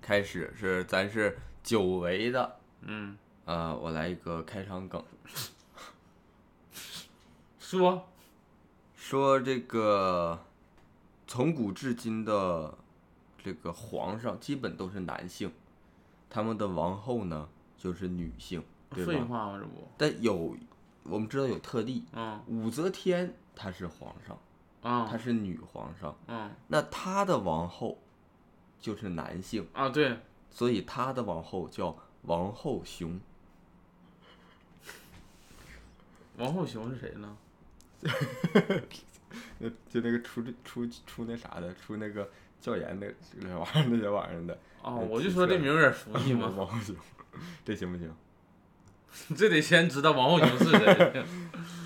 开始是咱是久违的，嗯，呃，我来一个开场梗，说说这个从古至今的这个皇上基本都是男性，他们的王后呢就是女性，对废吧？话吗？这不，但有我们知道有特例，嗯武则天她是皇上，她嗯是女皇上，嗯那她的王后就是男性。啊，对，所以他的王后叫王后雄，王后雄是谁呢？就就那个出出出那啥的，出那个教研那那玩意儿那些玩意儿的，哦，嗯我就挺说帅这名儿有点熟悉嘛，王后雄， 这行不行？嗯 这得先知道王后雄是 谁。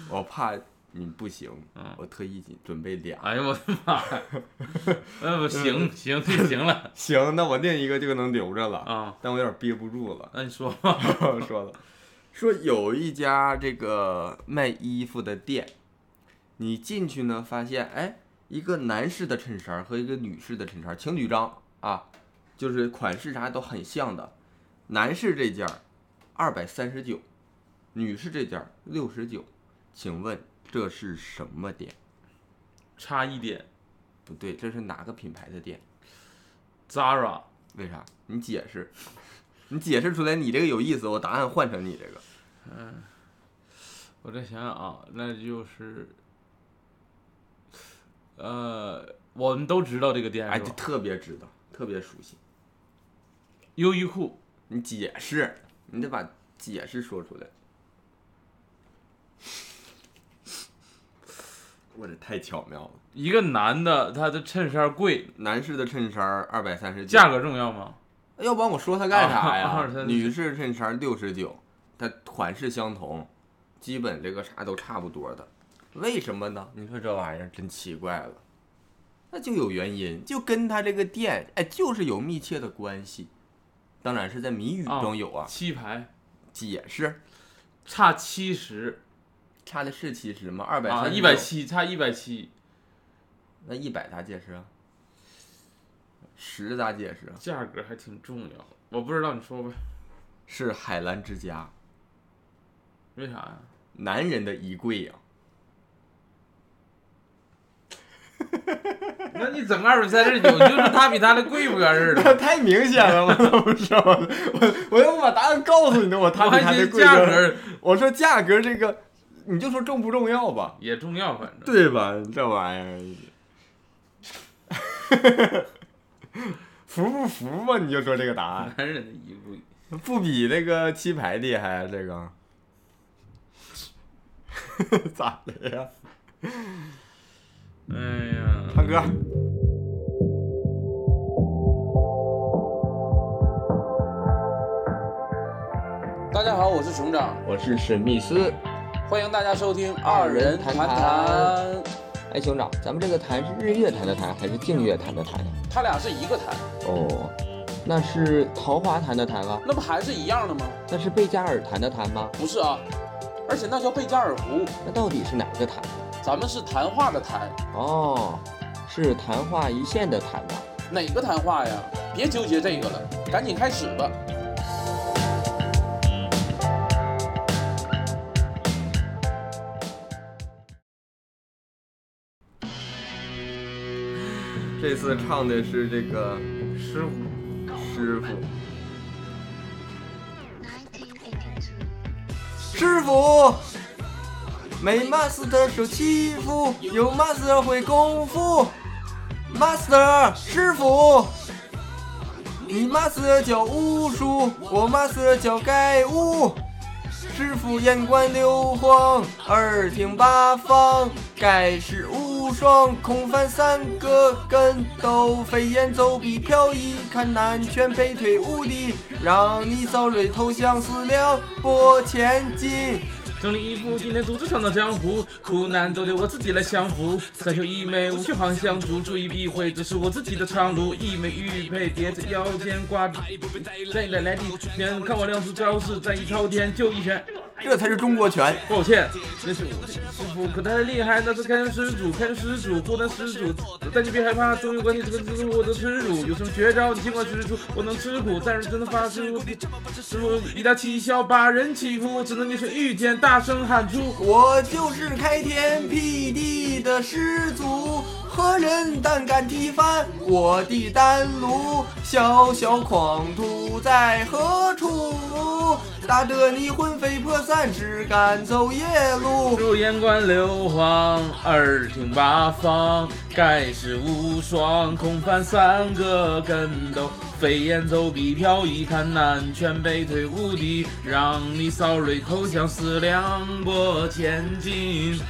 我怕你不行嗯，我特意准备俩。哎呦我的妈 呀！哎不嗯行行就行了行，那我另一个这个能留着了，啊，但我有点憋不住了，那你说吧。 说了，说有一家这个卖衣服的店，你进去呢，发现哎，一个男士的衬衫和一个女士的衬衫，情侣装啊，就是款式啥都很像的。男士这件二百三十九，女士这件六十九，请问这是什么店？差一点不对，这是哪个品牌的店？ ，Zara 为啥？你解释， 你解释出来，你这个有意思，我答案换成你这个。我再想想啊，那就是，呃，我们都知道这个店哎，是就吧？特别知道，特别熟悉。优衣库你解释，你得把解释说出来。我这太巧妙了。一个男的，他的衬衫贵，男士的衬衫二百三十九，哎价格重要吗？要不然我说它干啥呀？啊239女士衬衫六十九，它款式相同，基本这个啥都差不多的。为什么呢？你说这玩意儿真奇怪了，那就有原因，就跟他这个店哎就是有密切的关系，当然是在谜语哦中有啊。七排解释，差七十差的是七十吗？二百啊，三一百，七差一百七，那一百咋解释啊？十咋解释啊？价格还挺重要。我不知道，你说呗，是海澜之家为啥呀？男人的衣柜啊呀、 那你整个二百三十九，你就说他比他的贵不完事儿了。 太明显了，我都不知道，我我要不把答案告诉你呢，我我 他比还他寻这思贵价多格我说价格这个，你就说重不重要吧，也重要，反正对吧？你这玩意儿， 服不服吧？你就说这个答案，男人的衣 柜。不比那个棋牌厉害啊？这个 咋的呀？哎呀，唱歌。大家好，我是熊掌，我是史密斯。欢迎大家收听二人谈谈谈。哎，兄长，咱们这个坛是日月潭的坛还是净月潭的坛呀？他俩是一个谈，哦，那是桃花潭的潭吗？那不还是一样的吗？那是贝加尔潭的潭吗？不是啊，而且那叫贝加尔湖，那到底是哪个潭？咱们是谈话的谈，哦，是昙花一现的啊昙吧？哪个谈话呀？别纠结这个了，赶紧开始吧。这次唱的是这个师傅，师傅。师傅，没 master 受欺负，有 master 会功夫。master 师傅，你 master 教巫术，我 master 教盖物。师傅眼观六荒，耳听八方，盖世无双。空翻三个跟斗，飞檐走壁飘逸，看南拳北腿无敌，让你扫雷投降四两拨千斤。整理衣服，今天独自闯荡江湖，苦难都得我自己来降服。三袖一枚，无需黄香烛，注意避讳，这是我自己的长炉。一枚玉佩叠在腰间，挂在来来地，远看我亮出招式，战意滔天，就一拳。这才是中国拳。抱歉，那是我的师傅，可他厉害，那是开山始祖，开山始祖，湖南始祖。但你别害怕，终于管你这个师傅我的耻辱。有什么绝招，你尽管使出，我能吃苦。但是真的发师傅，师傅以大欺小，把人欺负，只能逆水遇见，大声喊出。我就是开天辟地的始祖，何人胆敢踢翻我的丹炉？小小狂徒在何处？打得你魂飞魄散，只敢走夜路。入烟关流荒，耳听八方，盖世无双，空翻三个跟斗，飞檐走壁飘逸，看南拳北腿无敌，让你扫雷投降，四两拨千斤。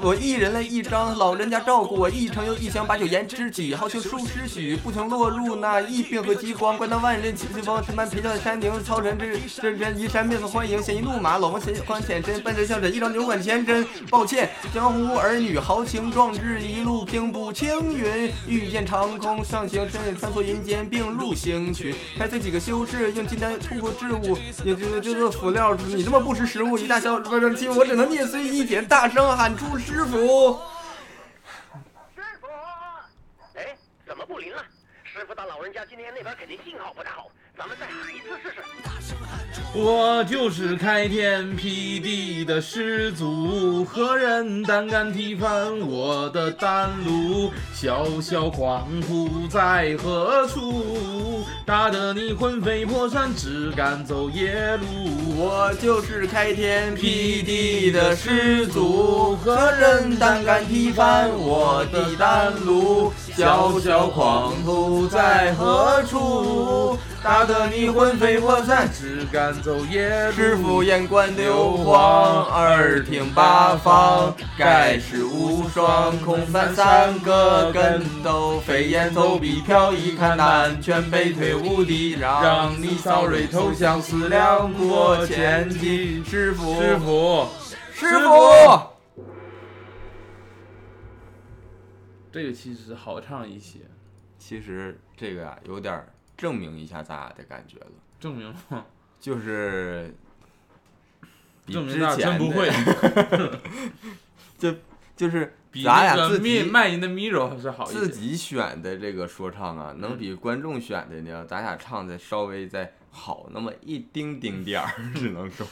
我一人类一张，老人家照顾我一程又一乡，把酒言吃起，好求数十许，不曾落入那疫病和饥荒。关刀万仞秦秦风，石蛮陪笑的山顶，操尘这这人移山面色欢迎，鲜衣怒马，老王显宽浅身，半身笑着一张扭转前身。抱歉，江湖儿女豪情壮志，一路平步青云，御剑长空上行，身影穿梭云间，并入星群。开采几个修士，用金丹突破置物，也就是这个辅料。你这么不识时务，一大笑不是亲，我只能捏碎一点，大声喊出师傅。师傅，哎，怎么不灵啊？师傅大老人家今天那边肯定信号不大好，咱们再喊一次试试。我就是开天辟地的始祖，何人胆敢踢翻我的丹炉？小小狂徒在何处？打得你魂飞魄散，只敢走夜路。我就是开天辟地的始祖，何人胆敢踢翻我的丹炉？小小狂徒在何处？打得你魂飞魄散。只敢走夜路。师傅眼观六荒，耳听八方，盖世无双，空翻三个跟斗，飞檐走壁飘逸，看南拳北腿无敌，让让你你扫扫瑞雷投投降，降思思量量过过前前进进。师傅，师，傅，师师傅傅，这个其实好唱一些，其实这个啊，有点证明一下咱俩的感觉了，证明吗？就是 比证明之大前真不会的，就就是比咱俩那个自己灭卖淫的 Miro 还是好一嗯些。自己选的这个说唱啊，能比观众选的呢，咱俩唱的稍微再好那么一丁丁点儿， 只能说，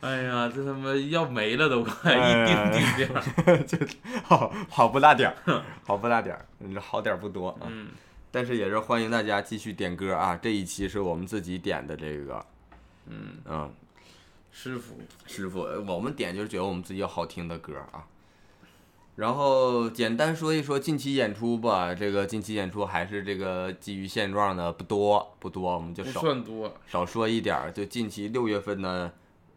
哎呀，这他妈要没了都快，哎一呀丁丁点儿。就好好不大点儿，好不大点儿，你这好点儿不多啊。嗯，但是也是欢迎大家继续点歌啊，这一期是我们自己点的这个，嗯嗯，师傅，师傅，呃我们点就是觉得我们自己有好听的歌啊。然后简单说一说近期演出吧，这个近期演出还是这个基于现状的不多不多，我们就不少算多。少说一点儿，就近期六月份呢，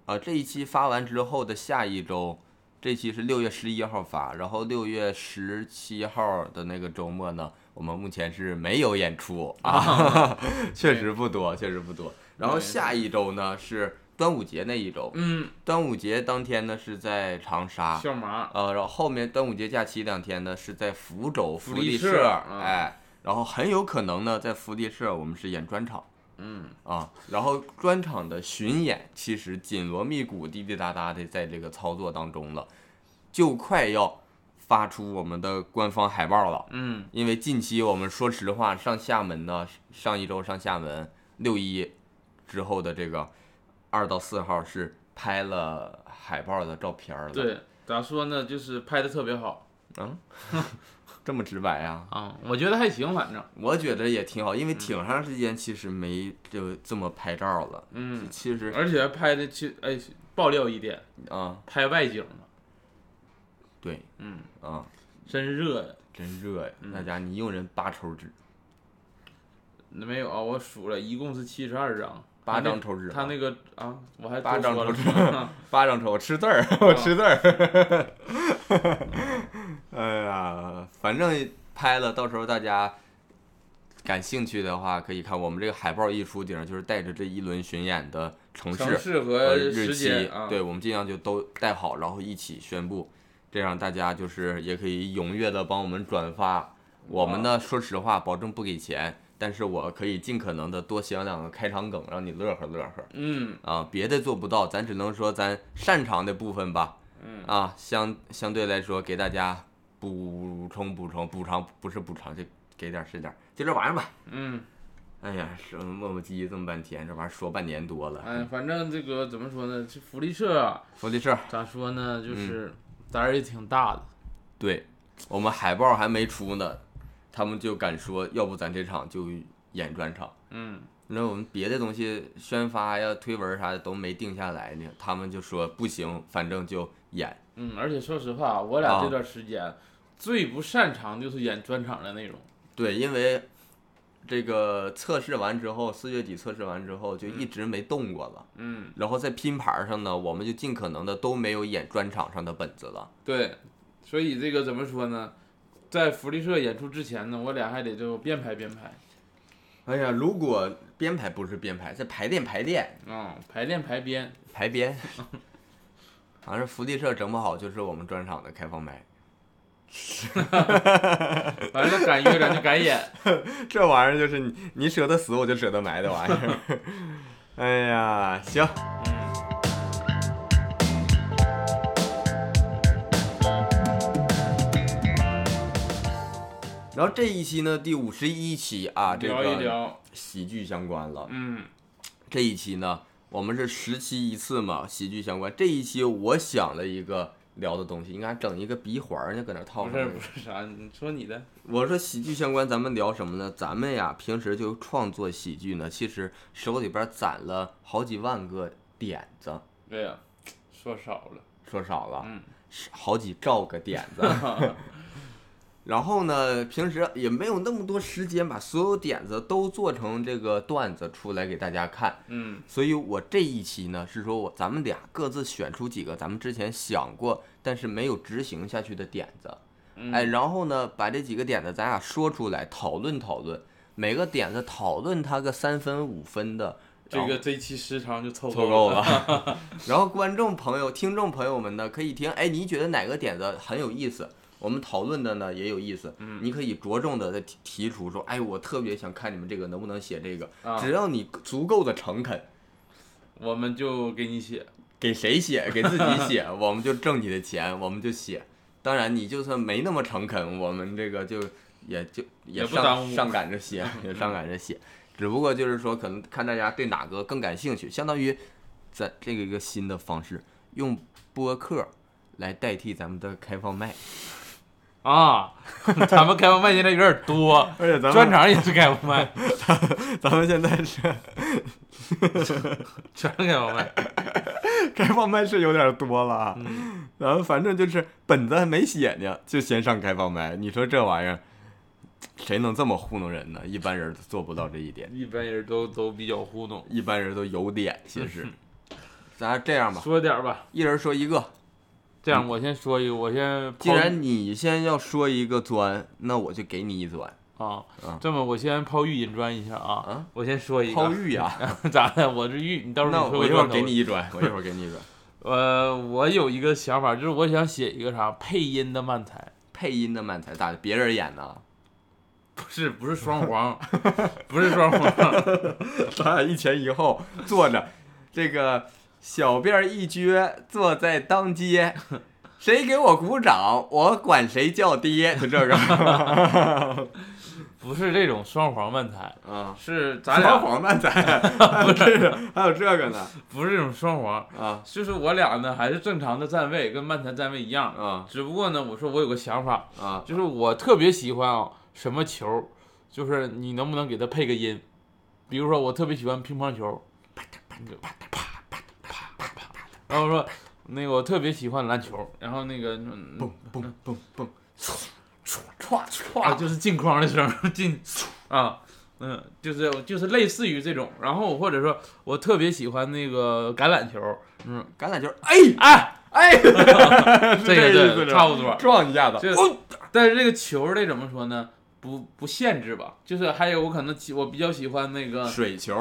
啊，这一期发完之后的下一周，这期是六月十一号发，然后六月十七号的那个周末呢，我们目前是没有演出啊， 确实不多，确实不多。然后下一周呢是端午节那一周，嗯，端午节当天呢是在长沙，笑麻，呃，然后后面端午节假期两天呢是在福州福福利利社社，啊哎，然后很有可能呢在福利社我们是演专场。嗯，啊，然后专场的巡演其实紧锣密鼓、滴滴答答的在这个操作当中了，就快要发出我们的官方海报了。嗯，因为近期我们说实话，上厦门呢，上一周上厦门六一之后的这个二到四号是拍了海报的照片了。，对，咋说呢？就是拍的特别好嗯，这么直白啊？啊，我觉得还行，反正，我觉得也挺好，嗯因为挺长时间其实没就这么拍照了。嗯，其实而且还拍的其哎，爆料一点，啊，拍外景了，对，嗯，啊。真热呀。真热呀！嗯那家你一用人八抽纸，那没有啊，我数了，一共是七十二张，八他那张抽纸他那个啊，我还八多张说抽了纸， 八张抽，我吃字儿，我吃字儿。 哎呀，反正拍了，到时候大家感兴趣的话，可以看我们这个海报一出，顶上就是带着这一轮巡演的城城市市和和日时期间啊，，对，我们尽量就都带好，然后一起宣布，这样大家就是也可以踊跃的帮我们转发。我们呢，说实话，保证不给钱，但是我可以尽可能的多想两个开场梗，让你乐呵乐呵嗯啊。别的做不到，咱只能说咱擅长的部分吧。嗯啊，相相对来说给大家补充补充补偿，不是补偿，就给点儿是点儿，就这玩意儿吧。嗯，哎呀，是磨磨唧唧这么半天，这玩意儿说半年多了。哎，反正这个怎么说呢？这福利社啊福利社，咋说呢？就是胆儿也挺大的。对我们海报还没出呢，他们就敢说，要不咱这场就演专场。嗯那我们别的东西宣发呀、推文啥的都没定下来呢，他们就说不行，反正就演。嗯，而且说实话，我俩这段时间最不擅长就是演专场的内容。对，因为这个测试完之后，四月底测试完之后就一直没动过了。嗯，然后在拼盘上呢，我们就尽可能的都没有演专场上的本子了。对，所以这个怎么说呢？在福利社演出之前呢，我俩还得就编排编排，哎呀，如果编排不是编排，在排练排练嗯，排练排编，排编， 反正福利社整不好就是我们专场的开放麦。完了敢约咱就敢 演。这玩意儿就是你你舍得死我就舍得埋的玩意儿。 哎呀，行，嗯，然后这一期呢，第五十一期啊，这聊一个聊，喜剧相关了。嗯这一期呢，我们是十期一次嘛，喜剧相关。这一期我想了一个聊的东西，应该整一个鼻环儿呢，搁那套不上是面。不是啥，你说你的，我说喜剧相关，咱们聊什么呢？咱们呀，平时就创作喜剧呢，其实手里边攒了好几万个点子，对呀、说少了，说少了，嗯，是好几兆个点子。 然后呢，平时也没有那么多时间把所有点子都做成这个段子出来给大家看， 嗯所以我这一期呢是说我咱们俩各自选出几个咱们之前想过但是没有执行下去的点子，嗯，哎，然后呢把这几个点子咱俩说出来讨论讨论，每个点子讨论它个三分五分的，这然后个这期时长就凑凑够够。了。 然后观众朋友、听众朋友们呢，可以听，哎，你觉得哪个点子很有意思？我们讨论的呢也有意思，嗯你可以着重的提提出说，哎，我特别想看你们这个能不能写这个。啊，只要你足够的诚恳，我们就给你写，给谁写，给自己 写，我们就挣你的钱，我们就写。当然，你就算没那么诚恳，我们这个就也就也不上耽误上赶着 写，也上赶着写。只不过就是说，可能看大家对哪个更感兴趣，相当于咱这个一个新的方式，用播客来代替咱们的开放麦。啊， 咱们开放麦现在有点多，而且咱专场也是开放麦， 咱们现在是 全是开放麦。开放麦是有点多了啊，嗯然后反正就是本子还没写呢，就先上开放麦。你说这玩意儿，谁能这么糊弄人呢？一般人做不到这一点，一般人都都比较糊弄。一般人都有点。其实，咱这样吧，说点儿吧，一人说一个。这样我先说一个，我先抛既然你先要说一个钻，那我就给你一钻啊啊，这么我先抛玉引砖一下啊啊，我先说一抛个，玉呀、 咋的？我是玉，你到时那候啊你我说一会儿砖头给你。一砖，我一会儿给你一砖。呃，我有一个想法，就是我想写一个啥配音的漫才，配音的漫才咋的？别人演呢？ 不是不是双簧， 不是双簧，咱俩一前一后坐着，这个小辫儿一撅，坐在当街，谁给我鼓掌，我管谁叫爹，就这个。 不是这种双簧漫才，啊，是咱咱俩俩黄漫才，还有这个，还有这个呢。不是这种双簧，啊就是我俩呢还是正常的站位，跟漫才站位一样，啊只不过呢，我说我有个想法，啊！就是我特别喜欢啊，什么球，就是你能不能给它配个音？比如说，我特别喜欢乒乓球，你就啪嗒啪嗒啪嗒啪嗒然后说那个我特别喜欢篮球，然后那个嗯嘣嘣嘣嘣，唰唰啊唰就是进框的声儿， 进啊，嗯，就是就是类似于这种。然后或者说我特别喜欢那个橄榄球，嗯，橄榄球，哎哎，哎，这这个意思是对，吧差不多。撞一下子，这哦但是这个球儿这怎么说呢？不不限制吧，就是还有我可能喜我比较喜欢那个水球，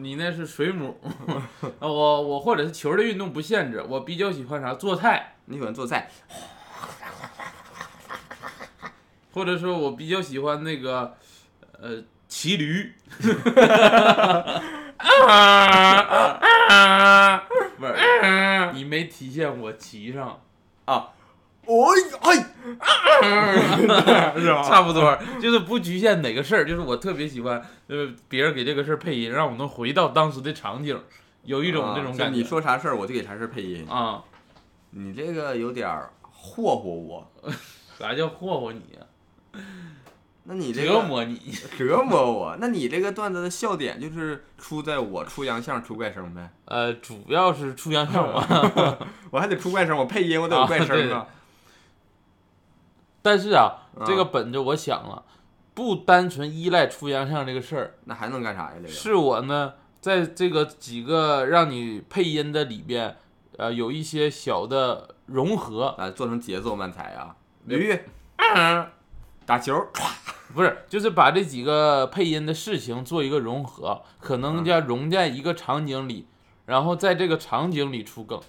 你那是水母， 啊，我我或者是球类运动不限制，我比较喜欢啥做菜，你喜欢做菜？或者说我比较喜欢那个呃，骑驴， 不是，你没体现我骑上，啊，哦哎，是吧差不多， 就是不局限哪个事儿，就是我特别喜欢，就是别人给这个事儿配音，让我能回到当时的场景，有一种啊那种就感觉。你说啥事儿，我就给啥事儿配音。啊，你这个有点儿霍霍我，啥叫霍霍你啊？那你这折个 磨你？折磨我，那你这个段子的笑点就是出在我出洋相、出怪声呗。呃，主要是出洋相嘛。 我还得出怪声，我配音我得有怪声啊。但是啊，啊这个本子我想了，不单纯依赖出洋相这个事儿，那还能干啥呀？这个是我呢在这个几个让你配音的里边，呃，有一些小的融合，啊，做成节奏慢才啊。驴打球，唰不是，就是把这几个配音的事情做一个融合，可能嗯要融在一个场景里，然后在这个场景里出梗。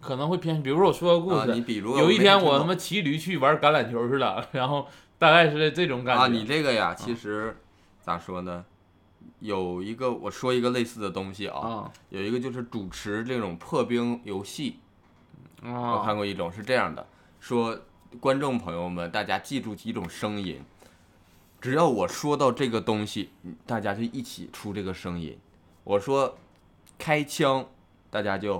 可能会偏，比如说我说个故啊，事，你比如有一天我没他妈骑驴去玩橄榄球去了，然后大概是这种感觉。啊，你这个呀，其实咋说呢？有一个我说一个类似的东西啊，啊有一个就是主持这种破冰游戏，我看啊过一种是这样的，说观众朋友们，大家记住几种声音，只要我说到这个东西，嗯大家就一起出这个声音。我说开枪，大家就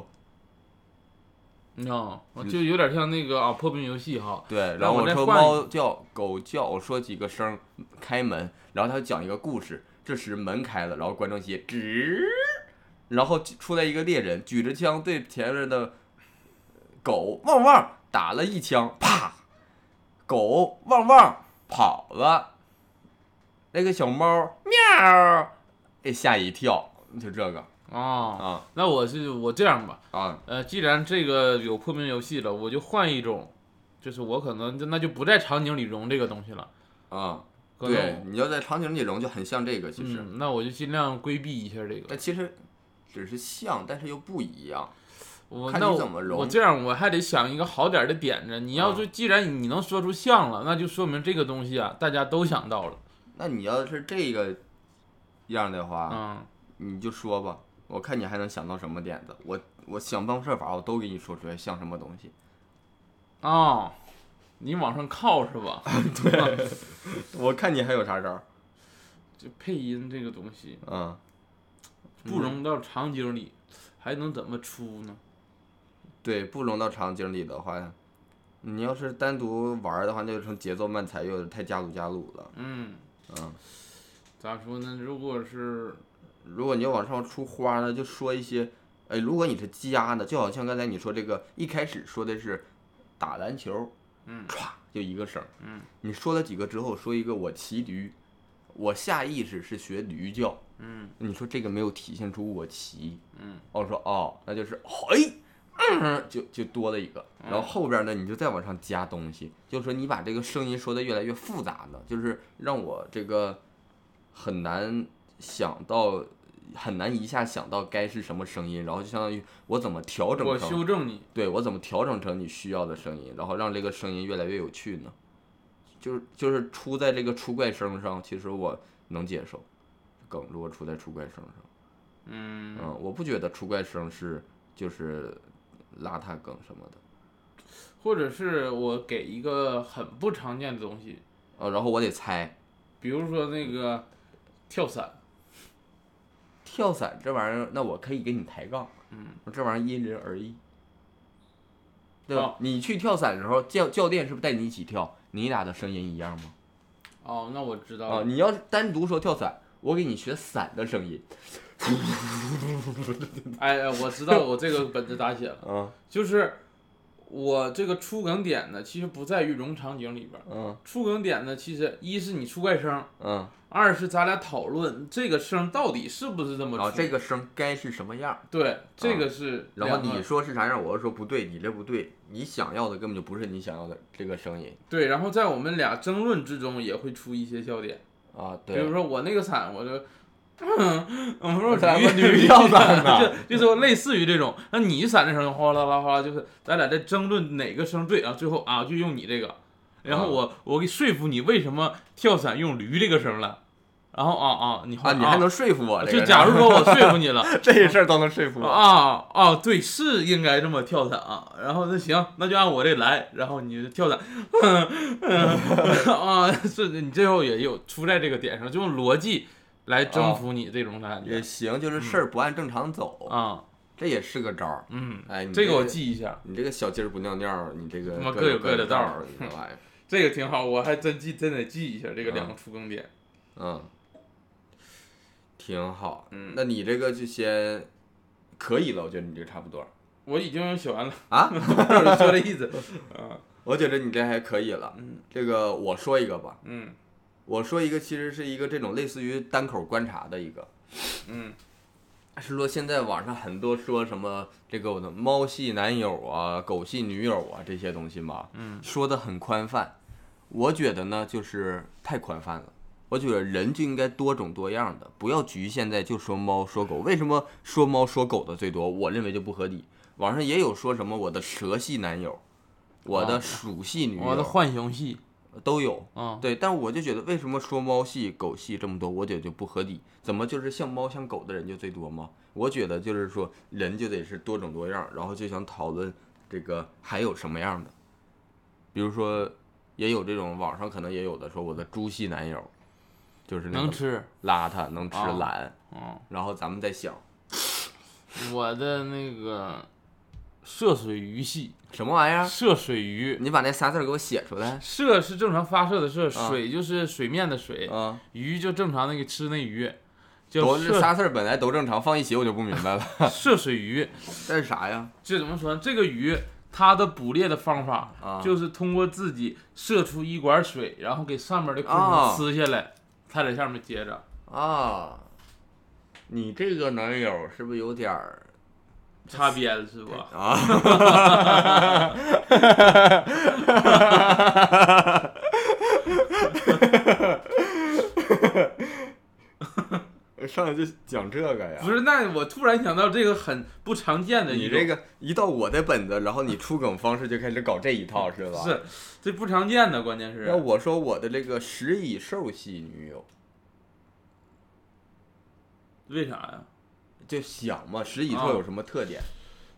啊，嗯就有点像那个啊破冰游戏哈。对，然那后我我再说换一猫叫、狗叫，我说几个声，开门，然后他就讲一个故事。这时门开了，然后观众席吱，然后出来一个猎人，举着枪对前面的狗汪汪打了一枪，啪，狗汪汪跑了，那个小猫喵，给吓一跳，就这个啊，啊那我就我这样吧，啊，呃，既然这个有破冰游戏了，我就换一种，就是我可能就那就不在场景里融这个东西了。啊，可能对，你要在场景里融就哎很像这个，其实。嗯，那我就尽量规避一下这个。但其实只是像，但是又不一样。我看那你我怎么融我这样我还得想一个好点儿的点子。你要啊是既然你能说出像了，那就说明这个东西啊，大家都想到了。那你要是这个样的话，嗯，你就说吧，我看你还能想到什么点子。我我想方设法，我都给你说出来像什么东西。哦，你往上靠是吧？我看你还有啥招儿？这配音这个东西嗯，不融到场景里，还能怎么出呢？对，不融到场景里的话，你要是单独玩儿的话，那就成节奏慢才，又有点太加鲁加鲁了。嗯，嗯，咋说呢？如果是如果你要往上出花呢，就说一些，哎，如果你是加的，就好像刚才你说这个，一开始说的是打篮球，嗯歘就一个声，嗯，你说了几个之后，说一个我骑驴，我下意识是学驴叫，嗯你说这个没有体现出我骑，嗯，我说哦，那就是嘿。嗯，就就多了一个，嗯然后后边呢，你就再往上加东西，就是说你把这个声音说的越来越复杂了，就是让我这个很难想到，很难一下想到该是什么声音，然后就相当于我怎么调整我成修正你，对我怎么调整成你需要的声音，然后让这个声音越来越有趣呢？就是就是出在这个出怪声上，其实我能接受梗，如果出在出怪声上，嗯，嗯，我不觉得出怪声是就是邋遢梗什么的。或者是我给一个很不常见的东西，呃，然后我得猜比如说那个跳伞，跳伞这玩意儿，那我可以给你抬杠，嗯，这玩意儿因人而异，对吧？哦你去跳伞的时候，教教练是不是带你一起跳？你俩的声音一样吗？哦，那我知道啊，了，你要是单独说跳伞，我给你学伞的声音，哎，哎我知道我这个本子咋 写了，嗯就是我这个出梗点呢，其实不在于融场景里边儿，嗯出梗点呢，其实一是你出怪声，嗯，二是咱俩讨论这个声到底是不是这么然出，后啊哦这个声该是什么样儿？对，这个是然后两个你说是啥样儿，我又说不对，你这不对，你想要的根本就不是你想要的这个声音对，然后在我们俩争论之中也会出一些笑点，啊。比如对，说我那个伞，我就。嗯，我说我咱驴们 驴跳伞呢就就是类似于这种。那你伞的时候哗啦啦哗啦，就是咱俩在争论哪个声对啊，最后啊就用你这个。然后我我给说服你为什么跳伞用驴这个声了，然后啊啊，你啊，啊你还能说服我？这就个假如说我说服你了。 这事儿都能说服我，啊啊，对，是应该这么跳伞啊。然后那行，那就按我这来，然后你就跳伞， 啊，是你最后也有出在这个点上，就用逻辑来征服你这种感哦也觉行，就是事儿不按正常走，啊。这也是个招儿。嗯，哎，你这个我记一下，你这个小鸡儿不尿尿，你这个他妈各各有有各的的道道儿儿，你这玩意儿，这个挺好，我还真记，真得记一下这个两个出更点。嗯，挺好。嗯那你这个就先可以了，我觉得你这差不多我已经写完了， 啊，你说这 意思啊？我觉得你这还可以了。嗯这个我说一个吧，嗯我说一个其实是一个这种类似于单口观察的一个，嗯是说现在网上很多说什么这个我的猫系男友啊、狗系女友啊这些东西嘛，嗯，说的很宽泛，我觉得呢就是太宽泛了。我觉得人就应该多种多样的，不要局限在就说猫说狗。为什么说猫说狗的最多？我认为就不合理。网上也有说什么我的蛇系男友，我的哦鼠系女友，我的浣熊系都有。啊，对，但我就觉得为什么说猫系狗系这么多，我觉得就不合理。怎么就是像猫像狗的人就最多吗？我觉得就是说人就得是多种多样，然后就想讨论这个还有什么样的，比如说也有这种网上可能也有的说我的猪系男友，就是那能个吃。邋遢能吃啊懒，嗯，然后咱们再想我的那个涉水鱼系，什么玩意儿，涉水鱼。你把那仨字儿给我写出来射是正常发射的射，啊水就是水面的水，啊！鱼就正常那个吃那鱼，叫都这涉仨字儿本来都正常，放一起我就不明白了， 涉水鱼。这是啥呀？这怎么说呢？这个鱼它的捕猎的方法啊就是通过自己射出一管水，然后给上面的昆啊虫吃下来，它在上面接着。啊，你这个男友是不是有点儿擦边了是吧？啊？上来就讲这个呀？不，是，那我突然想到这个很不常见的一你种这个一到我的本子，然后你出梗方式就开始搞这一 套是吧？。是这不常见的，关键是那我说我的这个食蚁兽系女友，为啥呀？就想嘛，食蚁啊兽有什么特点、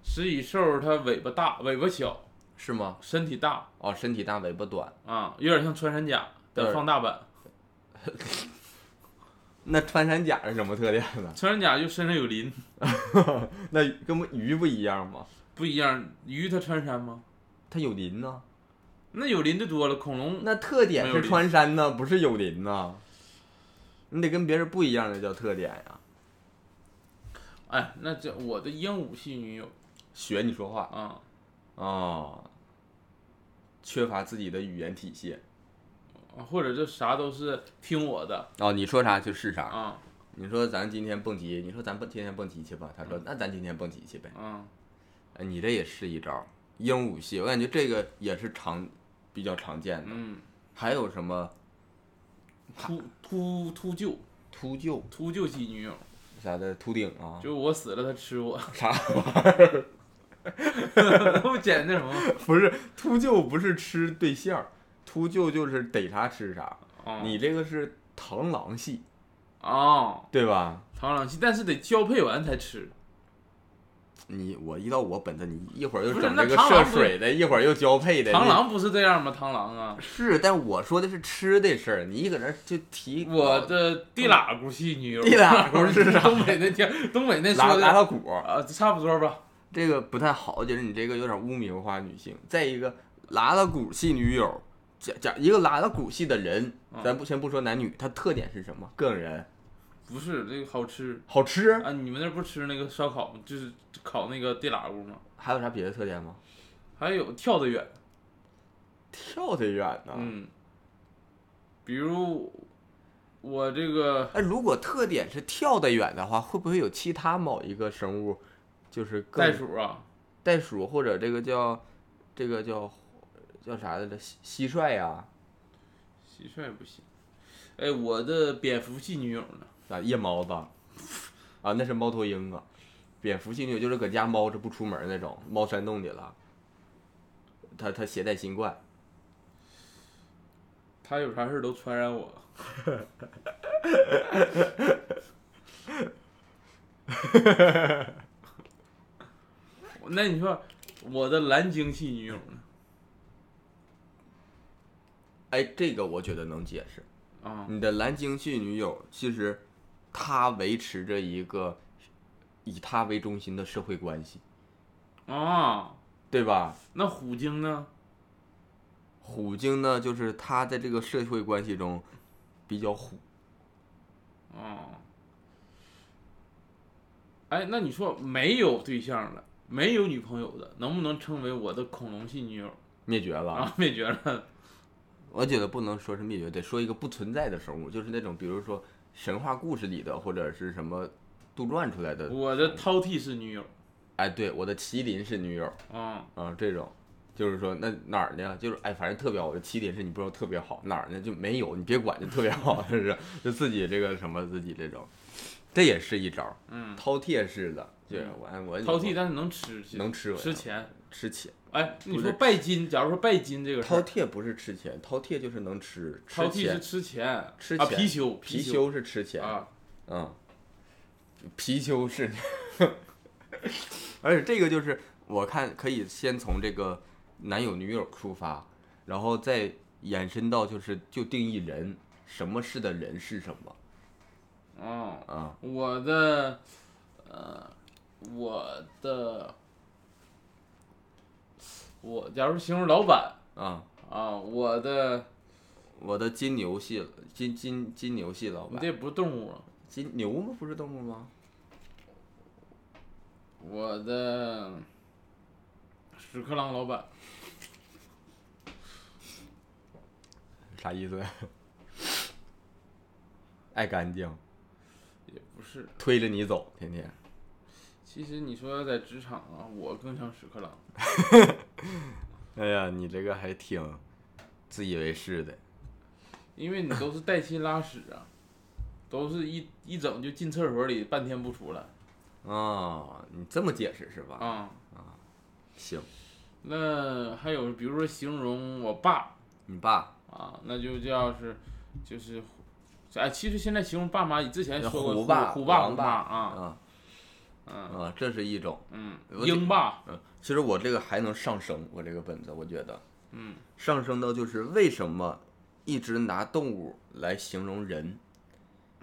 食蚁兽它尾巴大，尾巴小，是吗？身体大哦，身体大，尾巴短。啊，有点像穿山甲对的放大版。那穿山甲是什么特点呢？穿山甲就身上有鳞，那跟我们鱼不一样吗？不一样。鱼它穿山吗？它有鳞呢、那有鳞就多了。恐龙那特点没有是鳞穿山呢，不是有鳞呢。你得跟别人不一样的叫特点呀、哎，那这我的鹦鹉系女友学你说话啊，哦，缺乏自己的语言体系或者就啥都是听我的哦，你说啥就是啥。啊你说咱今天蹦极，你说咱蹦今天蹦极去吧，他说那咱今天蹦极去呗。啊，哎你这也是一招鹦鹉系，我感觉这个也是常比较常见的。嗯，还有什么秃秃秃鹫秃鹫秃鹫系女友，啥的秃顶啊？就我死了它吃我，啥？ 那不简那什么吗不是秃鹫不是吃对象儿，秃鹫就是逮啥吃啥。啊你这个是螳螂系，啊对吧？螳螂系，但是得交配完才吃。你我一到我本子，你一会儿又不是整那这个螳涉螂不水的，一会儿又交配的。螳你螂不是这样吗？螳螂啊，是，但我说的是吃的事儿，你搁那儿就提我的地喇蛄系女友，哦地喇蛄是啥东北那天 东北那拉说拉的到鼓，啊，差不多吧。这个不太好，我觉得你这个有点污名化女性。再一个，拉拉鼓系女友，假假一个拉拉鼓系的人，嗯咱不先不说男女，他特点是什么？个人不是这个好吃好吃，啊！你们那儿不吃那个烧烤吗？就是烤那个地喇蛄吗？还有啥别的特点吗？还有跳得远，跳得远呢、嗯，比如我这个哎，如果特点是跳得远的话，会不会有其他某一个生物，就是更袋、鼠啊，袋鼠或者这个叫这个叫叫啥来着？蟋蟋蟀啊呀、蟋蟀不行。哎，我的蝙蝠系女友呢？啊，夜猫子啊，那是猫头鹰啊，蝙蝠系女友就是搁家猫着不出门那种，猫山洞里了。它它携带新冠，他有啥事儿都传染我。 那你说我的蓝鲸系女友呢？哎，这个我觉得能解释。啊，你的蓝鲸系女友，其实她维持着一个以她为中心的社会关系，啊，对吧？那虎鲸呢？虎鲸呢，就是她在这个社会关系中比较虎。啊，哎，那你说没有对象了，没有女朋友的，能不能称为我的恐龙系女友灭绝了，啊？灭绝了我觉得不能说是灭绝，得说一个不存在的生物，就是那种比如说神话故事里的，或者是什么杜撰出来的。我的饕餮是女友哎，对，我的麒麟是女友啊，啊，这种，就是说那哪儿呢？就是哎，反正特别好，我的麒麟是你不知道特别好哪儿呢？就没有，你别管，就特别好， 就是就自己这个什么自己这种，这也是一招，嗯，饕餮式的，就是嗯我按我饕餮但是能吃，能吃我呀吃钱。吃钱，哎，你不说是拜金，假如说拜金这个事饕儿，餮不是吃钱，饕餮就是能吃，吃饕餮钱，是吃钱，吃啊钱貔貅，貔貅貅是吃钱，啊，嗯，貔貅是， 而且这个就是我看可以先从这个男友女友出发，然后再延伸到就是就定义人，什么是的人是什么哦，啊？我的，呃，我的，我假如形容老板啊，啊，我的，我的金牛系金金金牛系老你这板，不是动物啊，金牛吗？不是动物吗？我的屎壳郎老板，啥意思？ 爱干净，也不是。推着你走，天天。其实你说在职场啊，我更像屎壳郎。哎呀，你这个还挺自以为是的。因为你都是带薪拉屎啊，都是一一整就进厕所里半天不出来哦，你这么解释是吧？啊。行，那还有比如说形容我爸你爸啊，那就叫是就是，哎，其实现在形容爸妈，你之前叫哎说过虎虎爸、虎爸狼虎爸妈啊，啊嗯啊，这是一种。嗯，我鹰爸嗯，其实我这个还能上升，我这个本子我觉得，嗯，上升到就是为什么一直拿动物来形容人，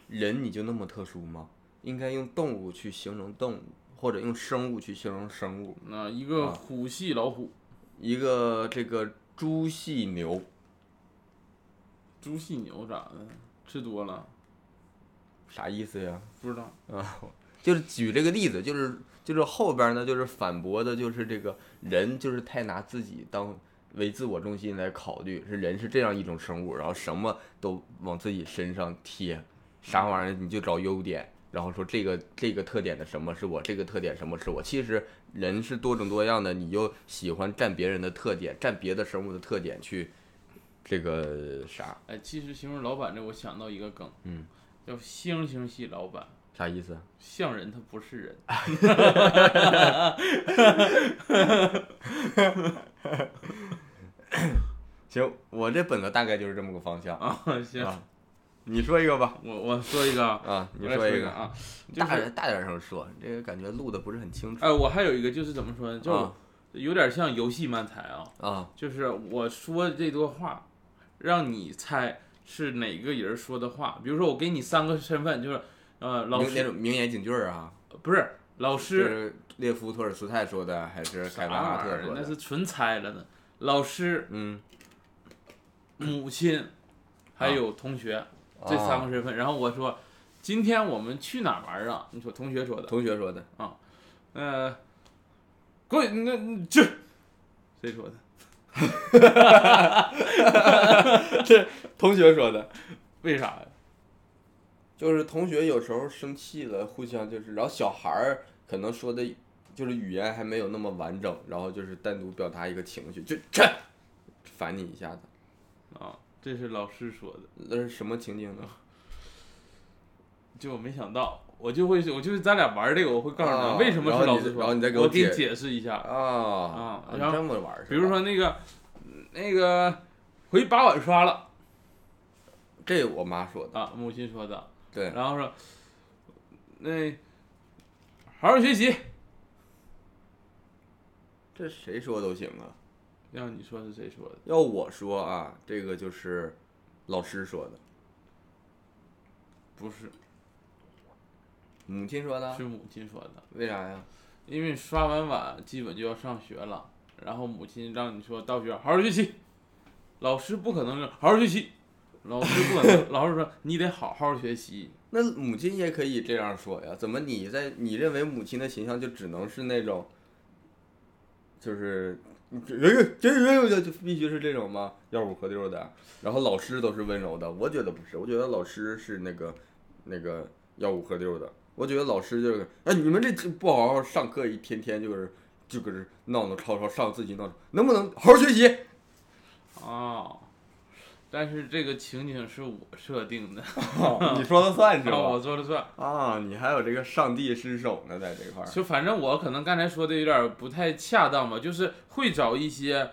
人你就那么特殊吗？应该用动物去形容动物，或者用生物去形容生物。那一个啊虎系老虎，一个这个猪系牛，猪系牛咋的？吃多了啥意思呀？不知道就是举这个例子，就是就是后边呢，就是反驳的，就是这个人就是太拿自己当为自我中心来考虑，是人是这样一种生物，然后什么都往自己身上贴，啥玩意儿你就找优点，然后说这个这个特点的什么是我，这个特点什么是我。其实人是多种多样的，你又喜欢占别人的特点，占别的生物的特点去这个啥哎，其实形容老板这我想到一个梗，嗯，叫猩猩系老板，啥意思？啊像人他不是 人。行，我这本子大概就是这么个方向啊，行，啊，你说一个吧。我我说一个啊，啊，你我来说一个啊，就大是点大点声说，这个感觉录的不是很清楚。哎，我还有一个就是怎么说呢，就啊有点像游戏漫才啊，啊就是我说这段话，让你猜是哪个人说的话。比如说，我给你三个身份，就是呃，老名那师种名言警句儿啊，不是老就师，是列夫·托尔斯泰说的，还是凯文·啥玩哈意特儿说那的？是纯猜了呢。老师、嗯，母亲，还有同学，这三啊个身份。然后我说，今天我们去哪儿玩儿啊？你说同学说的，同学说的，呃，滚，那那这谁说的？同学说的，为啥呀？就是同学有时候生气了，互相就是，然后小孩儿可能说的，就是语言还没有那么完整，然后就是单独表达一个情绪，就这烦你一下子，啊，这是老师说的，那是什么情景呢？就我没想到，我就会，我就是咱俩玩这个，我会告诉啊他为什么然后是老你师说的，然后你再给我我给解解释一下。啊啊你然后这么玩儿是吧，比如说那个，那个回把碗刷了，这我妈说的。啊，母亲说的。对，然后说，那好好学习。这谁说都行啊。要你说是谁说的？要我说啊，这个就是老师说的，不是，母亲说的是。母亲说的。为啥呀？因为刷完碗基本就要上学了，然后母亲让你说到学校好好学习，老师不可能是好好学习，老师不可能，老师说你得好好学习，那母亲也可以这样说呀？怎么你在你认为母亲的形象就只能是那种，就是人人人就就必须是这种吗？要不和溜的，然后老师都是温柔的，我觉得不是，我觉得老师是那个那个要不和溜的，我觉得老师就是哎你们这不好好上课，一天天就是就搁这闹闹吵吵，上自习闹吵，能不能好好学习？ 哦，但是这个情景是我设定的，你说了算是 然后我吧？做了算。啊，你还有这个上帝失手呢，在这块儿。就反正我可能刚才说的有点儿不太恰当吧，就是会找一些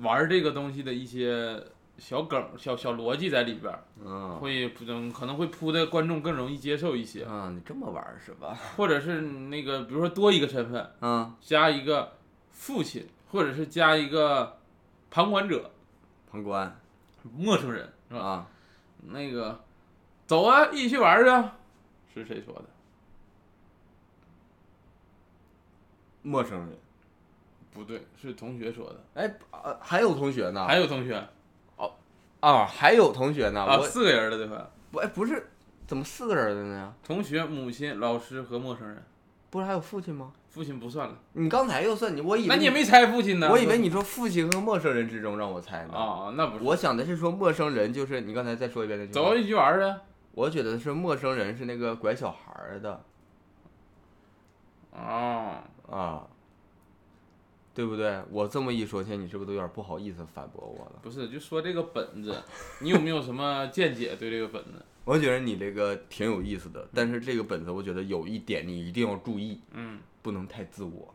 玩儿这个东西的一些小梗儿、小小逻辑在里边儿，嗯，会可能可能会铺的观众更容易接受一些，啊，你这么玩儿是吧？或者是那个比如说多一个身份，啊，加一个父亲，或者是加一个旁观者、旁观陌生人，是吧？啊，那个走啊，一起去玩儿去啊，是谁说的？陌生人。不对，是同学说的，哎，啊还有同学呢？还有有同学啊，还有同学呢？啊，我四个人儿了，对吧？不哎不是，怎么四个人的呢？同学、母亲、老师和陌生人，不是还有父亲吗？父亲不算了。你刚才又算你，我以为那你也没啊猜父亲呢？我以为你说父亲和陌生人之中让我猜呢。哦，那不是。我想的是说陌生人就是你刚才再说一遍那句走话。一起玩儿啊！我觉得是陌生人是那个拐小孩儿的哦，啊，对不对？我这么一说，现在你是不是都有点不好意思反驳我了？不是，就说这个本子，你有没有什么见解对这个本子？我觉得你这个挺有意思的，但是这个本子我觉得有一点你一定要注意，嗯，不能太自我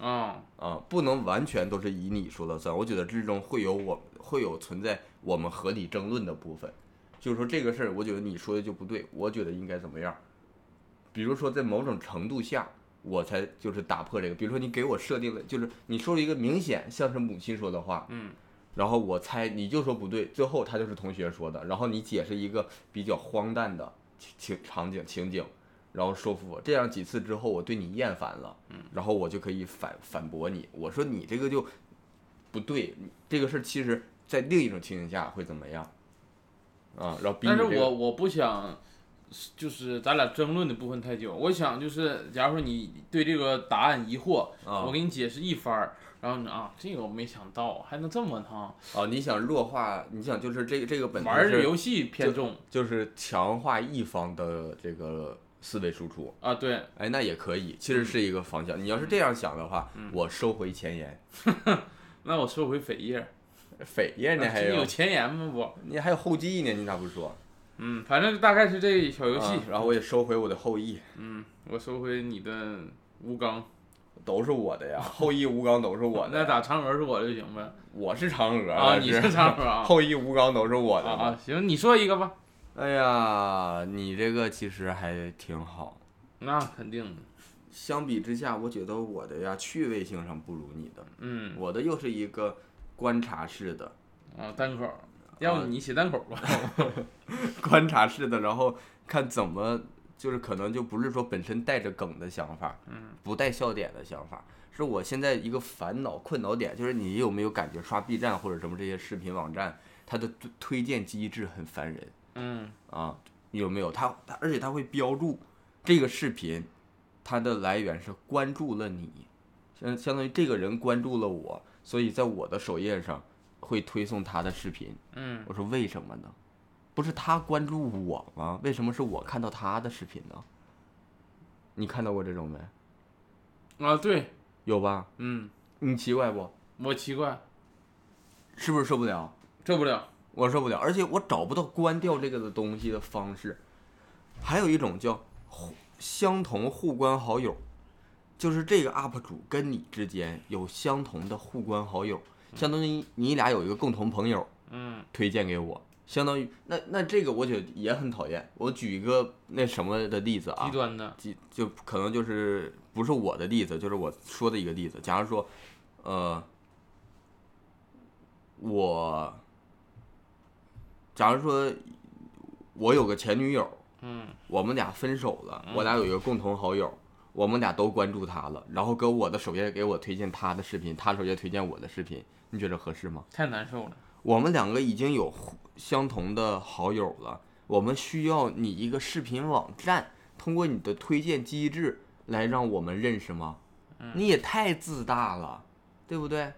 哦，啊，不能完全都是以你说了算。我觉得之中会有我会有存在我们合理争论的部分，就是说这个事儿，我觉得你说的就不对，我觉得应该怎么样。比如说在某种程度下，我才就是打破这个。比如说你给我设定了，就是你说了一个明显像是母亲说的话，嗯，然后我猜你就说不对，最后他就是同学说的，然后你解释一个比较荒诞的情情场景情景，然后说服我，这样几次之后我对你厌烦了，嗯然后我就可以反反驳你，我说你这个就不对，你这个事儿其实在另一种情形下会怎么样啊？然后比你但是这个我我不想，就是咱俩争论的部分太久。我想就是，假如说你对这个答案疑惑，啊我给你解释一番儿，然后你啊，这个我没想到，还能这么呢？哦，你想弱化，你想就是这个这个本玩儿是游戏偏重就是强化一方的这个思维输出，啊，对，哎，那也可以，其实是一个方向。你要是这样想的话，嗯我收回前言。那我收回扉页，扉页呢还这啊有有，前言吗？不，你还有后继呢，你咋不说？嗯，反正大概是这小游戏。啊然后我也收回我的后羿，嗯，我收回你的吴刚，都是我的呀，后羿吴刚都是我 那的，打嫦娥是我就行呗。我是嫦娥啊，那你是嫦娥啊？ 后羿吴刚都是我啊的啊，行，你说一个吧。哎呀，你这个其实还挺好。那肯定的，相比之下，我觉得我的呀趣味性上不如你的，嗯我的又是一个观察式的， 啊，单口，要不你写单口吧？ 观察式的，然后看怎么就是可能就不是说本身带着梗的想法，嗯，不带笑点的想法，是我现在一个烦恼困扰点，就是你有没有感觉刷 B 站或者什么这些视频网站，它的推推荐机制很烦人嗯啊？有没有？它它而且它会标注这个视频，它的来源是关注了你，相相当于这个人关注了我，所以在我的首页上会推送他的视频。嗯我说为什么呢？不是他关注我吗？为什么是我看到他的视频呢？你看到过这种没？啊，对，有吧？嗯，你奇怪不？我奇怪，是不是受不了？受不了，我受不了，而且我找不到关掉这个的东西的方式。还有一种叫互相同互关好友，就是这个 UP 主跟你之间有相同的互关好友，相当于你俩有一个共同朋友嗯推荐给我，相当于那那这个我觉得也很讨厌。我举一个那什么的例子啊，极端的，极就可能就是不是我的例子，就是我说的一个例子。假如说，呃，我，假如说我有个前女友，嗯，我们俩分手了，我俩有一个共同好友，我们俩都关注她了，然后搁我的首页给我推荐她的视频，她首页推荐我的视频，你觉得合适吗？太难受了。我们两个已经有互相同的好友了，我们需要你一个视频网站，通过你的推荐机制来让我们认识吗？你也太自大了，对不对？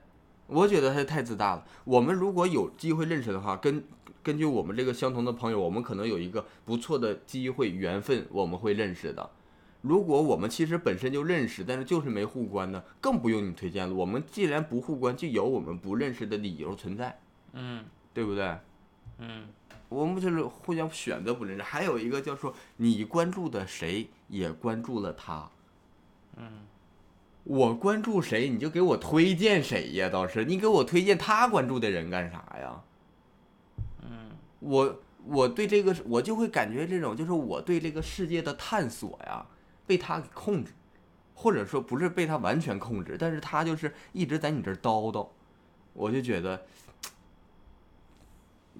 我觉得他太自大了。我们如果有机会认识的话，根根据我们这个相同的朋友，我们可能有一个不错的机会缘分，我们会认识的。如果我们其实本身就认识，但是就是没互关呢，更不用你推荐了。我们既然不互关，就有我们不认识的理由存在。嗯对不对？嗯，我们就是互相选择不认识。还有一个叫说，你关注的谁也关注了他。嗯，我关注谁，你就给我推荐谁呀？倒是你给我推荐他关注的人干啥呀？嗯，我我对这个，我就会感觉这种就是我对这个世界的探索呀，被他给控制，或者说不是被他完全控制，但是他就是一直在你这儿叨叨，我就觉得